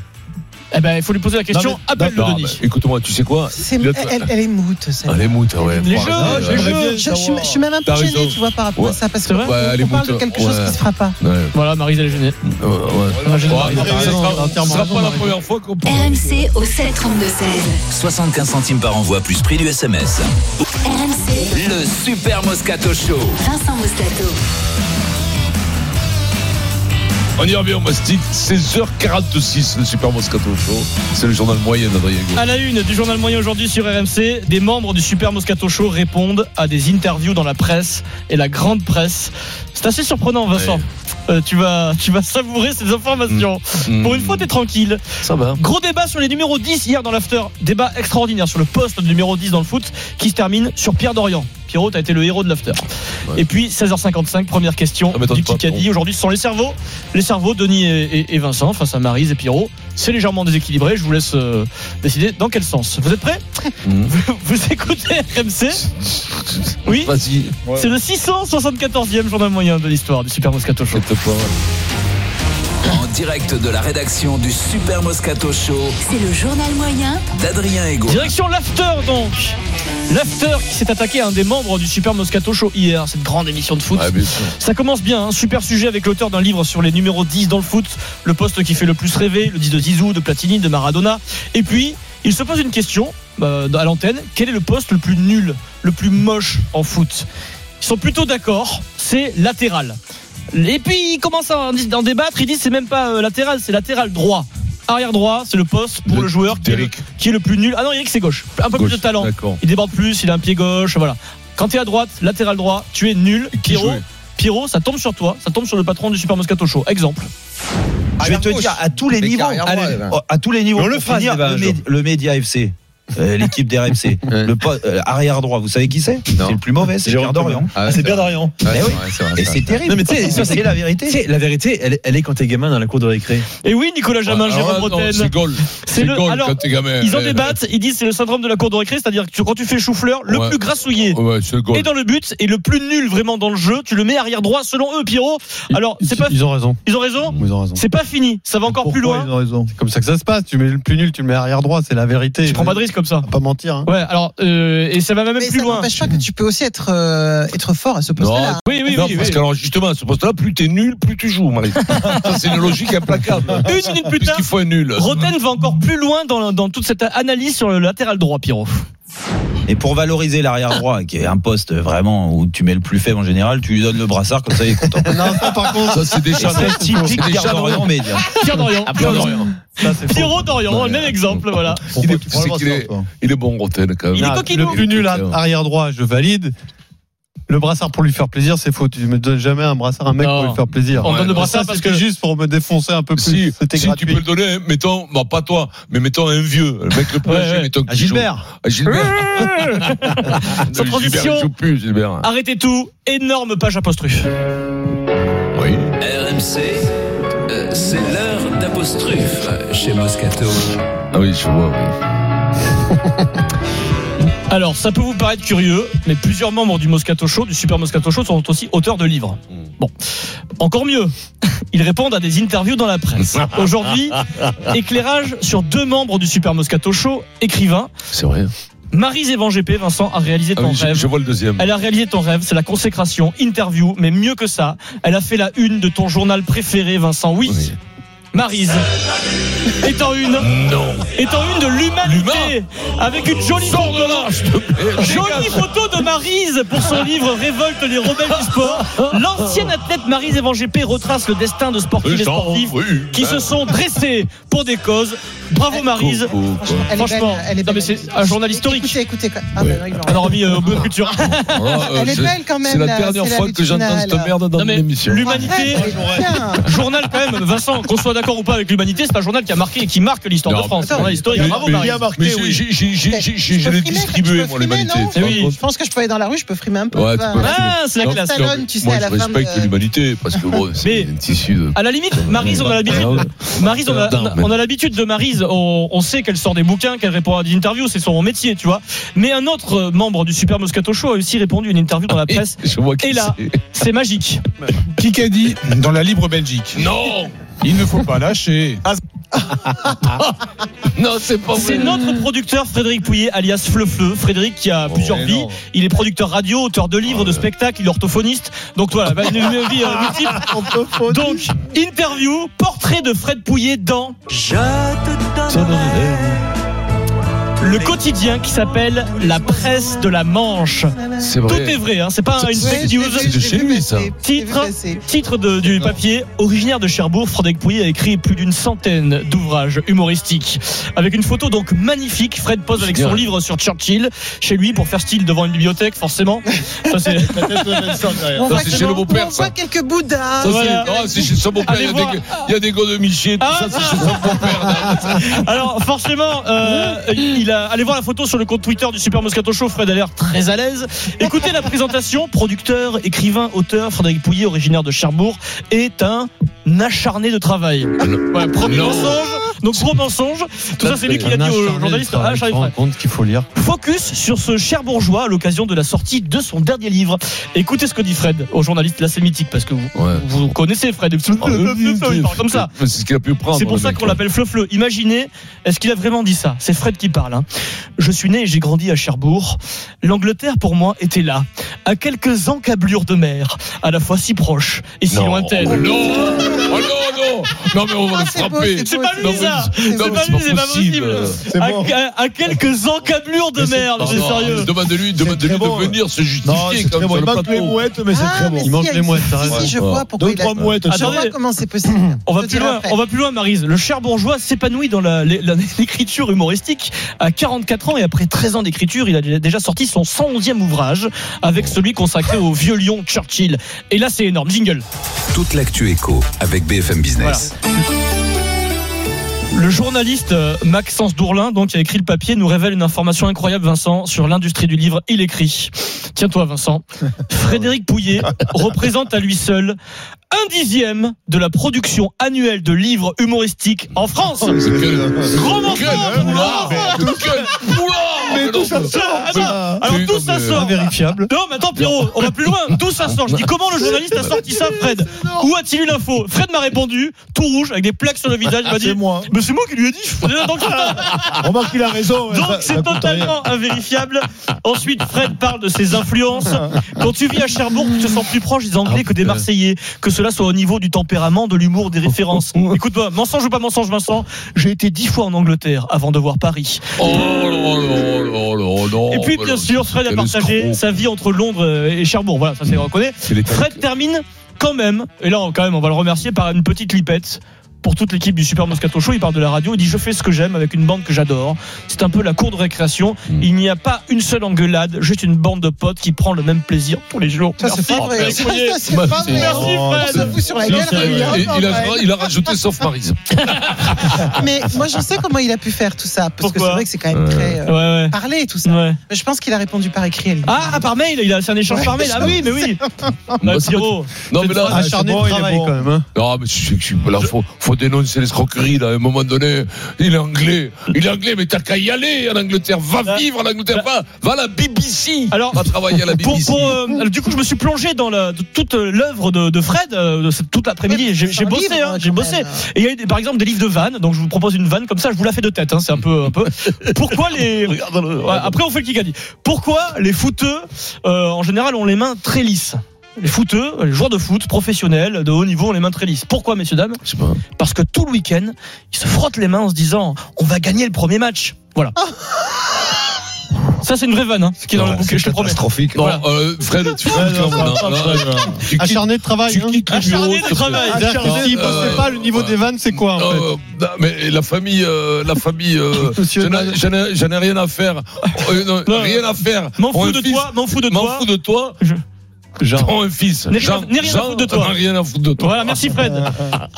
Speaker 6: Eh ben, il faut lui poser la question.
Speaker 5: Non, mais-
Speaker 6: Appelle le
Speaker 4: Non,
Speaker 6: Denis.
Speaker 4: mais Écoute-moi, tu sais quoi
Speaker 7: C'est-
Speaker 4: Il a-
Speaker 7: elle, elle est moute,
Speaker 4: Ah,
Speaker 7: celle-là.
Speaker 4: les moutes, ouais.
Speaker 6: Les
Speaker 4: Bon,
Speaker 6: jeux,
Speaker 4: ouais,
Speaker 6: les
Speaker 4: ouais.
Speaker 6: jeux.
Speaker 7: Je, je suis- je suis même un
Speaker 4: T'as
Speaker 7: peu gêné,
Speaker 4: raison.
Speaker 7: tu vois, par rapport
Speaker 4: Ouais.
Speaker 7: à ça, parce
Speaker 6: C'est
Speaker 7: que
Speaker 6: vrai
Speaker 4: Ouais, les
Speaker 7: on parle de
Speaker 4: moutons.
Speaker 7: quelque chose
Speaker 4: Ouais.
Speaker 7: qui se fera pas.
Speaker 4: Ouais, ouais.
Speaker 6: Voilà, Marise, elle est gênée.
Speaker 4: Ouais,
Speaker 6: je-
Speaker 4: ouais,
Speaker 8: t'as
Speaker 4: Ce
Speaker 8: raison, t'as
Speaker 4: sera- ce
Speaker 8: entièrement
Speaker 4: sera
Speaker 8: raison,
Speaker 4: pas la
Speaker 8: Marie.
Speaker 4: première fois qu'on parle.
Speaker 2: RMC au 732-16.
Speaker 14: 75 centimes par envoi plus prix du SMS.
Speaker 2: RMC,
Speaker 14: Le Super Moscato Show.
Speaker 2: Vincent Moscato.
Speaker 4: On y revient au mastic, 16h46, le Super Moscato Show. C'est le journal moyen d'Adrien Gou.
Speaker 6: À la une du journal moyen aujourd'hui sur RMC, des membres du Super Moscato Show répondent à des interviews dans la presse et la grande presse. C'est assez surprenant, Vincent.
Speaker 4: Ouais.
Speaker 6: Euh, tu, vas, tu vas savourer ces informations. Pour une fois, t'es tranquille.
Speaker 4: ça va.
Speaker 6: Gros débat sur les numéros 10 hier dans l'after. Débat extraordinaire sur le poste de numéro 10 dans le foot qui se termine sur Pierre Dorian. Pierrot, t'as été le héros de l'after.
Speaker 4: Ouais.
Speaker 6: Et puis 16h55, première question
Speaker 4: Ça m'étonne
Speaker 6: du
Speaker 4: pas,
Speaker 6: Kikadi.
Speaker 4: Pierrot.
Speaker 6: Aujourd'hui, ce sont les cerveaux. Les cerveaux, Denis et, et- et Vincent, face à Marise et Pierrot. C'est légèrement déséquilibré. Je vous laisse euh, décider dans quel sens. Vous êtes prêts
Speaker 4: Mhm.
Speaker 6: vous, vous écoutez RMC Oui
Speaker 4: Vas-y,
Speaker 6: C'est le 674e journal moyen de l'histoire du Super Moscato Show.
Speaker 4: faites pas.
Speaker 14: En direct de la rédaction du Super Moscato Show
Speaker 2: C'est le journal moyen
Speaker 14: d'Adrien Ego.
Speaker 6: Direction l'after donc L'after qui s'est attaqué à un des membres du Super Moscato Show hier, cette grande émission de foot.
Speaker 4: Ouais, bien sûr.
Speaker 6: Ça commence bien, un super sujet avec l'auteur d'un livre sur les numéros 10 dans le foot, le poste qui fait le plus rêver, le 10 de Zizou, de Platini, de Maradona. Et puis, il se pose une question euh, à l'antenne, quel est le poste le plus nul, le plus moche en foot Ils sont plutôt d'accord, c'est latéral. Et puis, ils commencent à en, en débattre, ils disent c'est même pas euh, latéral, c'est latéral droit. Arrière droit, c'est le poste pour
Speaker 4: Le-
Speaker 6: le, joueur qui est le,
Speaker 4: d'Eric.
Speaker 6: qui est le plus nul. Ah non, Eric, c'est gauche. Un peu
Speaker 4: Gauche,
Speaker 6: plus de talent.
Speaker 4: D'accord.
Speaker 6: Il déborde plus, il a un pied gauche, voilà. Quand t'es à droite, latéral droit, tu es nul.
Speaker 4: Et qui
Speaker 6: Pierrot,
Speaker 4: jouait
Speaker 6: Pierrot, ça tombe sur toi, ça tombe sur le patron du Super Moscato Show. Exemple.
Speaker 8: Ah,
Speaker 15: Je vais te dire, à tous les niveaux, allez, oh, à tous les niveaux,
Speaker 16: le,
Speaker 15: pour finir, le, Méd- le Média FC. euh, L'équipe d'RMC, le po- euh, arrière droit, vous savez qui c'est C'est le plus mauvais, c'est Pierre Dorian.
Speaker 16: Ah, c'est Pierre Dorian.
Speaker 15: Eh oui. Et c'est terrible.
Speaker 16: Non, mais tu sais, ça,
Speaker 15: c'est la vérité.
Speaker 16: tu sais, La vérité, elle, elle est quand t'es gamin dans la cour de récré.
Speaker 6: Et oui, Nicolas Jamin,
Speaker 16: Ah,
Speaker 6: Jérôme
Speaker 16: ah, non,
Speaker 6: Roten.
Speaker 16: c'est Gaulle. C'est
Speaker 6: le-
Speaker 16: Gaulle
Speaker 6: alors,
Speaker 16: quand t'es gamin.
Speaker 6: Ils en
Speaker 16: Ouais.
Speaker 6: débattent, ils disent c'est le syndrome de la cour de récré, c'est-à-dire que tu- quand tu fais chou-fleur, le
Speaker 16: Ouais.
Speaker 6: plus grassouillé
Speaker 16: Ouais, c'est Gaulle.
Speaker 6: est dans le but et le plus nul vraiment dans le jeu, tu le mets arrière droit selon eux, Pierrot. Alors, c'est pas.
Speaker 8: Ils ont raison.
Speaker 6: Ils ont raison
Speaker 8: Ils ont raison.
Speaker 6: C'est pas fini, ça va encore plus
Speaker 8: Pourquoi
Speaker 6: loin.
Speaker 8: ils ont raison C'est comme ça que ça se passe. Tu mets le plus nul, tu le mets arrière droit, c'est la vérité.
Speaker 6: Tu prends pas de risque comme ça.
Speaker 8: Pas mentir. hein.
Speaker 6: Ouais, alors, euh, et ça va même
Speaker 7: Mais
Speaker 6: plus
Speaker 7: ça
Speaker 6: loin.
Speaker 7: n'empêche pas que tu peux aussi être, euh, être fort à ce
Speaker 4: Non,
Speaker 7: poste-là.
Speaker 6: Oui, oui,
Speaker 4: non,
Speaker 6: oui,
Speaker 4: parce
Speaker 6: oui.
Speaker 4: qu'alors justement, à ce poste-là, plus t'es nul, plus tu joues, Marie. Ça, c'est une logique implacable.
Speaker 6: Une minute plus tard,
Speaker 4: Puisqu'il faut un nul.
Speaker 6: Roten va encore plus loin dans, la- dans toute cette analyse sur le latéral droit, Pierrot.
Speaker 15: Et pour valoriser l'arrière droit, qui est un poste vraiment où tu mets le plus faible en général, tu lui donnes le brassard, comme ça il est content.
Speaker 8: Non, ça, par contre,
Speaker 4: Ça, c'est déjà,
Speaker 15: Et c'est typique
Speaker 4: c'est déjà
Speaker 15: Pierre Dorian
Speaker 4: Dorian.
Speaker 15: Média.
Speaker 6: Pierre Dorian.
Speaker 4: Pierre Dorian.
Speaker 8: Ça, c'est faux.
Speaker 6: Pierrot Dorian, le même exemple, voilà.
Speaker 4: Il est,
Speaker 5: tu
Speaker 4: c'est qu'il est- il est bon, Roten, quand même.
Speaker 6: Il est
Speaker 8: Ah,
Speaker 6: coquinou.
Speaker 8: le plus nul
Speaker 4: coquin.
Speaker 8: arrière droit, je valide. Le brassard pour lui faire plaisir, c'est faux. Tu me donnes jamais un brassard à un mec
Speaker 6: Non.
Speaker 8: pour lui faire plaisir.
Speaker 6: On donne le
Speaker 8: Ça,
Speaker 6: brassard parce
Speaker 8: c'était
Speaker 6: que-
Speaker 8: juste pour me défoncer un peu plus.
Speaker 4: Si,
Speaker 8: C'était
Speaker 4: si tu
Speaker 8: gratuit.
Speaker 4: peux le donner, hein, mettons, bah, pas toi, mais mettons un vieux, le mec le plus âgé,
Speaker 6: ouais.
Speaker 4: mettons
Speaker 8: À
Speaker 4: qui joue.
Speaker 8: Gilbert.
Speaker 4: À Gilbert.
Speaker 6: Sans
Speaker 4: Gilbert, il
Speaker 6: transition,
Speaker 4: joue plus, Gilbert.
Speaker 6: arrêtez tout, énorme page apostrue.
Speaker 4: Ah Oui.
Speaker 14: RMC, euh, c'est l'heure d'apostrophe euh, chez Moscato.
Speaker 4: Ah oui, je vois, oui.
Speaker 6: Alors, ça peut vous paraître curieux, mais plusieurs membres du Moscato Show, du Super Moscato Show, sont aussi auteurs de livres.
Speaker 4: Hmm.
Speaker 6: Bon, encore mieux, ils répondent à des interviews dans la presse. Aujourd'hui, éclairage sur deux membres du Super Moscato Show, écrivains.
Speaker 4: C'est vrai.
Speaker 6: Marie Zévan GP, Vincent, a réalisé
Speaker 4: Ah
Speaker 6: ton
Speaker 4: oui, je,
Speaker 6: rêve.
Speaker 4: je vois le deuxième.
Speaker 6: Elle a réalisé ton rêve, c'est la consécration, interview, mais mieux que ça, elle a fait la une de ton journal préféré, Vincent. Oui,
Speaker 4: Oui.
Speaker 6: Marise étant une, étant une de l'humanité, avec une jolie photo,
Speaker 4: Eh,
Speaker 6: jolie photo de Marise pour son livre Révolte les rebelles du sport. L'ancienne athlète Marise Evangépé retrace le destin de sportifs
Speaker 4: Les
Speaker 6: et
Speaker 4: gens,
Speaker 6: sportifs
Speaker 4: oui,
Speaker 6: qui
Speaker 4: ben.
Speaker 6: se sont dressés pour des causes. Bravo Marise.
Speaker 4: Coucou, quoi.
Speaker 7: Elle est
Speaker 6: Franchement,
Speaker 7: belle, elle est
Speaker 6: non, mais
Speaker 7: belle.
Speaker 6: c'est un journal historique.
Speaker 7: Écoutez, écoutez. quoi. Ah,
Speaker 4: Ouais.
Speaker 7: bah non, il va en-
Speaker 6: On a remis euh, au bout de culture.
Speaker 4: Ah, euh,
Speaker 7: Elle est
Speaker 4: c'est-
Speaker 7: belle quand même,
Speaker 4: C'est la
Speaker 7: là,
Speaker 4: dernière
Speaker 7: c'est la
Speaker 4: fois
Speaker 7: lutte
Speaker 4: que j'entends
Speaker 7: finale.
Speaker 4: cette merde dans
Speaker 6: Non,
Speaker 4: une
Speaker 6: mais
Speaker 4: émission.
Speaker 6: L'humanité,
Speaker 7: Arrête, tiens.
Speaker 6: journal quand même, Vincent, qu'on soit d'accord ou pas avec l'humanité, c'est un journal qui a marqué et qui marque l'histoire
Speaker 4: Non,
Speaker 6: de France.
Speaker 4: mais-
Speaker 6: Un journal historique.
Speaker 4: mais-
Speaker 6: Bravo
Speaker 4: mais-
Speaker 6: Marie.
Speaker 4: mais j'ai- j'ai- j'ai- j'ai- j'ai-
Speaker 7: Je
Speaker 4: Je
Speaker 7: peux
Speaker 4: l'ai
Speaker 7: frimer, je
Speaker 4: distribué,
Speaker 7: peux
Speaker 4: moi,
Speaker 7: frimer,
Speaker 4: l'humanité.
Speaker 7: non
Speaker 4: tu te rends
Speaker 6: Eh oui.
Speaker 4: compte
Speaker 7: Je pense que je peux aller dans la rue, je peux frimer un peu.
Speaker 4: Ouais, tu
Speaker 7: Enfin,
Speaker 4: peux frimer.
Speaker 6: Ah, c'est la
Speaker 4: Non,
Speaker 6: classe.
Speaker 7: Stallone, tu sais,
Speaker 4: moi,
Speaker 7: à la
Speaker 4: je
Speaker 7: fin
Speaker 4: respecte
Speaker 7: de-
Speaker 4: l'humanité parce que bon, c'est
Speaker 6: Mais-
Speaker 4: un tissu de.
Speaker 6: À la limite, Marise, on a l'habitude. Marise, on a, on a- on a l'habitude de Marise. On, on sait qu'elle sort des bouquins, qu'elle répond à des interviews, c'est son métier, tu vois. Mais un autre euh, membre du Super Moscato Show a aussi répondu à une interview dans la presse.
Speaker 4: Je vois qui
Speaker 6: Et là,
Speaker 4: c'est.
Speaker 6: c'est magique.
Speaker 17: Kikadi dans la libre Belgique.
Speaker 4: Non
Speaker 17: Il ne faut pas lâcher.
Speaker 4: Non, c'est pas
Speaker 6: Ah, C'est
Speaker 4: vrai.
Speaker 6: notre producteur Frédéric Pouillet, alias Fleu-Fleu. Frédéric qui
Speaker 4: Oh,
Speaker 6: a plusieurs vies. Il est producteur radio, auteur de livres, de spectacles, il est orthophoniste. Donc
Speaker 4: Ah,
Speaker 6: voilà, bah, une une vie euh, multiple. Donc, interview, portrait de Fred Pouillet dans le quotidien qui s'appelle La presse de la Manche.
Speaker 4: C'est
Speaker 6: Tout
Speaker 4: vrai.
Speaker 6: est vrai, hein, c'est pas une
Speaker 7: Ouais,
Speaker 6: fake
Speaker 7: je l'ai
Speaker 6: news.
Speaker 7: vu,
Speaker 4: C'est de
Speaker 7: je l'ai
Speaker 4: chez
Speaker 7: vu
Speaker 4: lui,
Speaker 7: passer,
Speaker 4: ça.
Speaker 7: je l'ai vu
Speaker 6: Titre,
Speaker 7: passer.
Speaker 6: titre de- du papier, originaire de Cherbourg, Frédéric Pouillet a écrit plus d'une centaine d'ouvrages humoristiques. Avec une photo donc magnifique, Fred pose avec son
Speaker 4: Génial.
Speaker 6: livre sur Churchill, chez lui, pour faire style devant une bibliothèque, forcément. Ça, c'est-
Speaker 7: On voit
Speaker 4: c'est
Speaker 7: que-
Speaker 4: chez le
Speaker 7: on
Speaker 4: beau-père,
Speaker 7: voit
Speaker 4: ça.
Speaker 7: quelques bouddhas.
Speaker 4: Ça,
Speaker 6: Voilà.
Speaker 4: c'est- non, c'est chez son beau-père.
Speaker 6: Allez
Speaker 4: Il y a
Speaker 6: voir.
Speaker 4: des- il y a des gars de Michier, tout
Speaker 6: Ah,
Speaker 4: ça, c'est chez son beau-père.
Speaker 6: Alors forcément, euh, il a allez voir la photo sur le compte Twitter du Super Moscato Show. Fred a l'air très à l'aise. Écoutez la présentation. Producteur, écrivain, auteur, Frédéric Pouillet, originaire de Cherbourg, est un acharné de travail. Voilà, premier mensonge. Donc gros mensonge. Tout ça, c'est lui qui l'a dit au journaliste. Ah, Charlie Fred.
Speaker 8: compte qu'il faut lire.
Speaker 6: Focus sur ce cher bourgeois à l'occasion de la sortie de son dernier livre. Écoutez ce que dit Fred au journaliste. Là, c'est mythique parce que vous,
Speaker 4: Ouais.
Speaker 6: vous connaissez Fred. Il parle comme Ah, ça.
Speaker 4: C'est ce qu'il a pu prendre.
Speaker 6: C'est pour
Speaker 4: le
Speaker 6: ça
Speaker 4: mec,
Speaker 6: qu'on l'appelle Fleu-Fleu. Imaginez, est-ce qu'il a vraiment dit ça C'est Fred qui parle. hein. Je suis né et j'ai grandi à Cherbourg. L'Angleterre, pour moi, était là, à quelques encablures de mer, à la fois si proche et si
Speaker 4: Non.
Speaker 6: lointaine.
Speaker 4: Oh non Oh non, non non, non, mais on va
Speaker 6: Ah,
Speaker 4: le
Speaker 6: c'est beau,
Speaker 4: frapper.
Speaker 6: c'est beau, c'est
Speaker 4: Non,
Speaker 6: beau.
Speaker 4: mais-
Speaker 6: C'est
Speaker 4: non,
Speaker 6: beau.
Speaker 4: mais
Speaker 6: C'est pas lui, c'est pas possible.
Speaker 4: C'est
Speaker 6: À-
Speaker 4: bon.
Speaker 6: à- à quelques encablures de
Speaker 4: Mais c'est-
Speaker 6: merde,
Speaker 4: non,
Speaker 6: Ah, c'est
Speaker 4: non,
Speaker 6: sérieux.
Speaker 4: Demande-lui demande-lui de venir se
Speaker 5: Non,
Speaker 4: justifier
Speaker 5: c'est
Speaker 4: comme
Speaker 5: très bon.
Speaker 4: sur
Speaker 5: Il
Speaker 4: le
Speaker 5: manque les hein,
Speaker 4: plateau.
Speaker 5: mouettes, mais c'est
Speaker 7: Ah,
Speaker 5: très bon.
Speaker 7: mais si, il- si, si, je vois pourquoi
Speaker 5: Deux,
Speaker 7: il a-
Speaker 5: trois mouettes.
Speaker 7: Je vois
Speaker 6: Attendez.
Speaker 7: comment c'est possible.
Speaker 6: On va
Speaker 7: Je te
Speaker 6: plus
Speaker 7: dirai
Speaker 6: loin,
Speaker 7: après.
Speaker 6: on va plus loin, Marise. Le cher bourgeois s'épanouit dans la- l'é- la- l'écriture humoristique. À 44 ans et après 13 ans d'écriture, il a déjà sorti son 111e ouvrage avec celui consacré au vieux lion Churchill. Et là, c'est énorme. Jingle.
Speaker 14: Toute l'actu éco avec BFM Business.
Speaker 6: Le journaliste euh, Maxence Dourlin, donc, qui a écrit le papier, nous révèle une information incroyable, Vincent, sur l'industrie du livre. Il écrit Tiens-toi, Vincent. Frédéric Pouillet représente à lui seul un dixième de la production annuelle de livres humoristiques en France. Gros
Speaker 4: hein,
Speaker 6: mensonge, Poulard
Speaker 4: Mais
Speaker 6: d'où ça sort Attends, Ah bah, Alors d'où ça sort
Speaker 8: Vérifiable.
Speaker 6: Non, mais attends, Pierrot, on va plus loin. D'où ça sort Je dis comment le journaliste a sorti ça, Fred Où a-t-il eu l'info Fred m'a répondu, tout rouge, avec des plaques sur le
Speaker 4: Ah,
Speaker 6: visage. Il m'a dit
Speaker 5: C'est moi.
Speaker 6: Mais c'est moi qui lui ai dit. je faisais la dent qui
Speaker 5: Remarque, il a raison.
Speaker 6: donc
Speaker 5: Ça- ça
Speaker 6: c'est
Speaker 5: coûte rien.
Speaker 6: totalement invérifiable. Ensuite, Fred parle de ses influences. Quand tu vis à Cherbourg, tu te sens plus proche des
Speaker 4: Ah,
Speaker 6: Anglais que des Marseillais, que cela soit au niveau du tempérament, de l'humour, des références. Écoute-moi, mensonge ou pas mensonge, Vincent, j'ai été dix fois en Angleterre avant de voir Paris.
Speaker 4: Oh non, non, non, non, non.
Speaker 6: Et puis,
Speaker 4: bah
Speaker 6: bien
Speaker 4: non,
Speaker 6: sûr, Fred a
Speaker 4: quel
Speaker 6: partagé
Speaker 4: escroc.
Speaker 6: sa vie entre Londres et Cherbourg. Voilà, ça c'est reconnaît.
Speaker 4: les
Speaker 6: Fred termine quand même, et là, quand même, on va le remercier par une petite lipette. Pour toute l'équipe du Super Moscato Show, il parle de la radio, il dit Je fais ce que j'aime avec une bande que j'adore. C'est un peu la cour de récréation.
Speaker 4: Mm.
Speaker 6: Il n'y a pas une seule engueulade, juste une bande de potes qui prend le même plaisir tous les jours.
Speaker 7: Ça, c'est
Speaker 6: Merci,
Speaker 7: pas vrai.
Speaker 6: Fred
Speaker 7: Ça,
Speaker 6: Coyer.
Speaker 7: ça, c'est pas vrai.
Speaker 6: Merci,
Speaker 7: On se
Speaker 6: Fred.
Speaker 7: fout sur la
Speaker 4: Non,
Speaker 7: gueule.
Speaker 4: c'est-
Speaker 7: il y a
Speaker 4: et-
Speaker 7: encore,
Speaker 4: il, a,
Speaker 7: ouais.
Speaker 4: il a rajouté sauf Paris.
Speaker 7: Ah, Mais moi, je sais comment il a pu faire tout ça. Parce que c'est
Speaker 6: Pourquoi
Speaker 7: vrai que c'est quand même très. euh,
Speaker 6: Ouais, ouais.
Speaker 7: Parlé tout ça.
Speaker 6: Ouais.
Speaker 7: Mais je pense qu'il a répondu par écrit. elle.
Speaker 6: Ah, ah, par mail, il a c'est un échange
Speaker 7: Ouais,
Speaker 6: par mail. Ah oui, mais oui.
Speaker 4: Bah,
Speaker 6: Bah,
Speaker 4: ça
Speaker 6: Pierrot,
Speaker 4: Non, mais là,
Speaker 8: Ah, c'est
Speaker 5: Acharné de
Speaker 8: bon, il est
Speaker 5: travail,
Speaker 8: bon.
Speaker 5: quand même, hein.
Speaker 4: Non, mais je, suis- je, suis- là, faut, faut dénoncer l'escroquerie, là, à un moment donné. Il est anglais. Il est anglais, mais t'as qu'à y aller en Angleterre. Va vivre en Angleterre. Va, va à la BBC.
Speaker 6: Bah, Alors,
Speaker 4: va travailler à la
Speaker 6: Pour-
Speaker 4: BBC.
Speaker 6: pour, euh, alors, du coup, je me suis plongé dans la, de- toute euh, l'œuvre de, de Fred euh, de cette- toute l'après-midi. J'ai j'ai
Speaker 7: un
Speaker 6: bossé,
Speaker 7: livre,
Speaker 6: hein,
Speaker 7: quand
Speaker 6: j'ai bossé.
Speaker 7: même.
Speaker 6: Et il y a eu, des- par exemple des livres de vannes. Donc, je vous propose une vanne comme ça. Je vous la fais de tête. hein, C'est un peu, un peu. Pourquoi les
Speaker 4: Regarde-le.
Speaker 6: Ouais, après, on fait le kikadi. Pourquoi les footeux, euh, en général, ont les mains très lisses Les footeux, les joueurs de foot professionnels de haut niveau ont les mains très lisses. Pourquoi, messieurs, dames
Speaker 4: Je sais pas.
Speaker 6: Parce que tout le week-end, ils se frottent les mains en se disant on va gagner le premier match. Voilà. Ça, c'est une vraie vanne, hein, ce qui est dans le bouquet, je te promets.
Speaker 5: Catastrophique.
Speaker 4: Non,
Speaker 6: Voilà.
Speaker 4: euh, Fred, tu
Speaker 5: Ouais,
Speaker 4: tu-
Speaker 5: non,
Speaker 4: non, non, non, tu quittes-
Speaker 8: Acharné de travail.
Speaker 4: tu
Speaker 8: hein.
Speaker 4: quittes le bureau,
Speaker 6: Acharné de
Speaker 4: s'il te plaît.
Speaker 6: travail.
Speaker 8: C'est-à-dire que s'il
Speaker 4: Acharné,
Speaker 8: bossait
Speaker 4: euh,
Speaker 8: pas, le niveau
Speaker 4: ouais.
Speaker 8: des vannes, c'est quoi en fait
Speaker 4: Euh, non, mais la famille, euh, la famille, euh,
Speaker 8: Monsieur
Speaker 4: j'en ai-
Speaker 8: Nadal.
Speaker 4: j'en ai, j'en ai rien à faire. Euh, non,
Speaker 6: Non,
Speaker 4: rien à faire.
Speaker 6: M'en
Speaker 4: Pour
Speaker 6: fous
Speaker 4: un
Speaker 6: de
Speaker 4: fils,
Speaker 6: toi, m'en fous de
Speaker 4: M'en
Speaker 6: toi.
Speaker 4: fous de toi.
Speaker 6: Je-
Speaker 4: Jean. Prends un fils.
Speaker 6: N'ai rien-
Speaker 4: Jean,
Speaker 6: n'ai rien à
Speaker 4: Jean,
Speaker 6: foutre de toi.
Speaker 4: t'en as rien à foutre de toi.
Speaker 6: Voilà, merci Fred.
Speaker 7: Euh,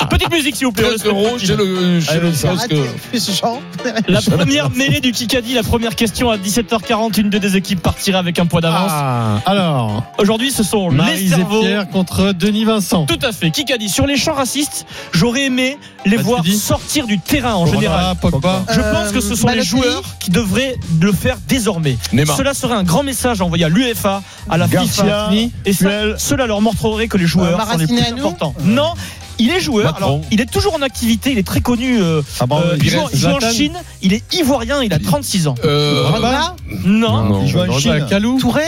Speaker 6: Petite musique, s'il vous plaît.
Speaker 4: 13 euros chez le, chez le
Speaker 7: Arrête,
Speaker 4: parce que.
Speaker 7: plus Jean.
Speaker 6: La première mêlée du Kikadi, la première question à 17h40, une des deux équipes partira avec un point d'avance.
Speaker 8: Ah, alors,
Speaker 6: Aujourd'hui, ce sont les
Speaker 8: Marise et
Speaker 6: cerveaux.
Speaker 8: Pierre contre Denis Vincent.
Speaker 6: Tout à fait. Kikadi, sur les champs racistes, j'aurais aimé les
Speaker 8: Bah,
Speaker 6: voir
Speaker 8: tu dis
Speaker 6: sortir du terrain en
Speaker 8: Pogba,
Speaker 6: général.
Speaker 8: Pogba.
Speaker 6: Je
Speaker 7: Euh,
Speaker 6: pense que ce sont les
Speaker 7: Balotelli.
Speaker 6: joueurs qui devraient le faire désormais.
Speaker 4: Neymar.
Speaker 6: Cela serait un grand message envoyé à l'UEFA, à la
Speaker 5: Garcia,
Speaker 6: FIFA, et ça-
Speaker 5: Puel.
Speaker 6: cela leur montrerait que les
Speaker 7: Euh,
Speaker 6: joueurs sont les
Speaker 7: Maraciné
Speaker 6: plus
Speaker 7: à nous
Speaker 6: importants. Non, il est joueur.
Speaker 4: Macron.
Speaker 6: Alors, il est toujours en activité. Il est très connu. euh,
Speaker 5: Ah bon,
Speaker 6: euh, il
Speaker 5: il
Speaker 6: joue,
Speaker 5: reste
Speaker 6: il joue en
Speaker 5: Zlatan.
Speaker 6: Chine. Il est ivoirien. Il a 36 ans.
Speaker 4: Euh,
Speaker 7: Voilà.
Speaker 6: Non.
Speaker 4: non.
Speaker 5: Il joue en
Speaker 8: Dans
Speaker 5: Chine.
Speaker 8: un Calou.
Speaker 7: Touré,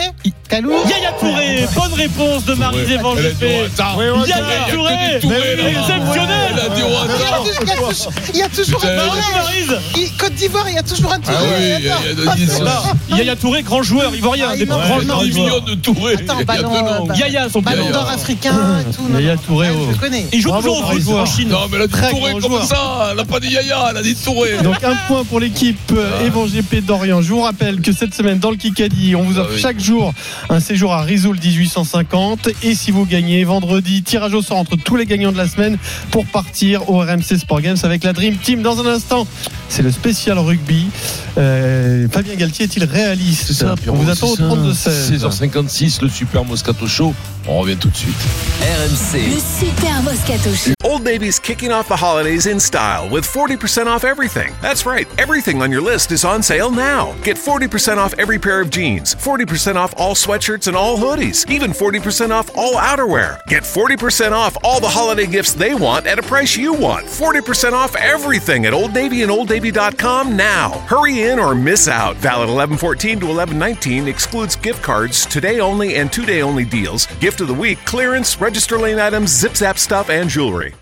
Speaker 7: Calou.
Speaker 6: Yaya Touré, bonne réponse de Marie Zévan
Speaker 4: Elle a dit au hasard.
Speaker 6: Yaya
Speaker 4: Il y a que
Speaker 6: Touré,
Speaker 4: des Touré, là.
Speaker 6: exceptionnel.
Speaker 4: Elle a dit oh,
Speaker 7: Il
Speaker 4: au
Speaker 7: y a
Speaker 4: hasard.
Speaker 7: tou- il y a tou- Il y a toujours
Speaker 4: Putain.
Speaker 7: un
Speaker 6: Bravo,
Speaker 7: Touré. hein.
Speaker 6: Maryse.
Speaker 7: Il- Côte d'Ivoire, il y a toujours un Touré.
Speaker 4: Ah oui, il y a- il y a hein. des
Speaker 7: Bah,
Speaker 6: Non, Yaya Touré, grand joueur ivoirien,
Speaker 7: Ah,
Speaker 6: des
Speaker 7: il
Speaker 6: plus
Speaker 7: manque
Speaker 6: grands
Speaker 7: le
Speaker 4: Il y a
Speaker 7: nom.
Speaker 6: joueurs.
Speaker 4: 10 millions de Touré. Il y a
Speaker 7: Attends,
Speaker 4: deux
Speaker 7: ballon,
Speaker 4: noms.
Speaker 7: bah-
Speaker 6: Yaya, son
Speaker 7: Ballon
Speaker 6: prénom.
Speaker 7: d'or africain et tout. non,
Speaker 8: Yaya
Speaker 7: non,
Speaker 8: Touré,
Speaker 7: ah,
Speaker 8: oh.
Speaker 7: Je connais.
Speaker 6: Il joue
Speaker 8: Bravo,
Speaker 6: toujours au
Speaker 8: Maryse.
Speaker 6: foot en Chine.
Speaker 4: Non, mais elle a
Speaker 8: Très
Speaker 4: dit Touré
Speaker 8: grand
Speaker 4: comme
Speaker 8: joueur.
Speaker 4: ça. Elle a pas dit Yaya, elle a dit Touré.
Speaker 8: Donc un point pour l'équipe
Speaker 6: Ah.
Speaker 8: euh, Evan GP d'Orient. Je vous rappelle que cette semaine dans le Kikadi, on vous offre
Speaker 4: Ah oui.
Speaker 8: chaque jour un séjour à Risoul 1850 et si vous gagnez vendredi, tirage au sort entre tous les gagnants de la semaine pour partir au RMC Sport Games avec la Dream Team dans un instant. C'est le spécial rugby. Euh, Fabien Galtier est-il réaliste On vous attend au 32 16.
Speaker 4: 16h56, le Super Moscato Show. On revient tout de suite.
Speaker 14: RMC.
Speaker 2: Le Super Moscato Show.
Speaker 1: Old Navy's kicking off the holidays in style with 40% off everything. That's right, everything on your list is on sale now. Get 40% off every pair of jeans, 40% off all sweatshirts and all hoodies, even 40% off all outerwear. Get 40% off all the holiday gifts they want at a price you want. 40% off everything at Old Navy and OldNavy.com now. Hurry in or miss out. Valid 1114 to 1119 excludes gift cards, today only and two day only deals, gift of the week, clearance, register lane items, zip zap stuff, and jewelry.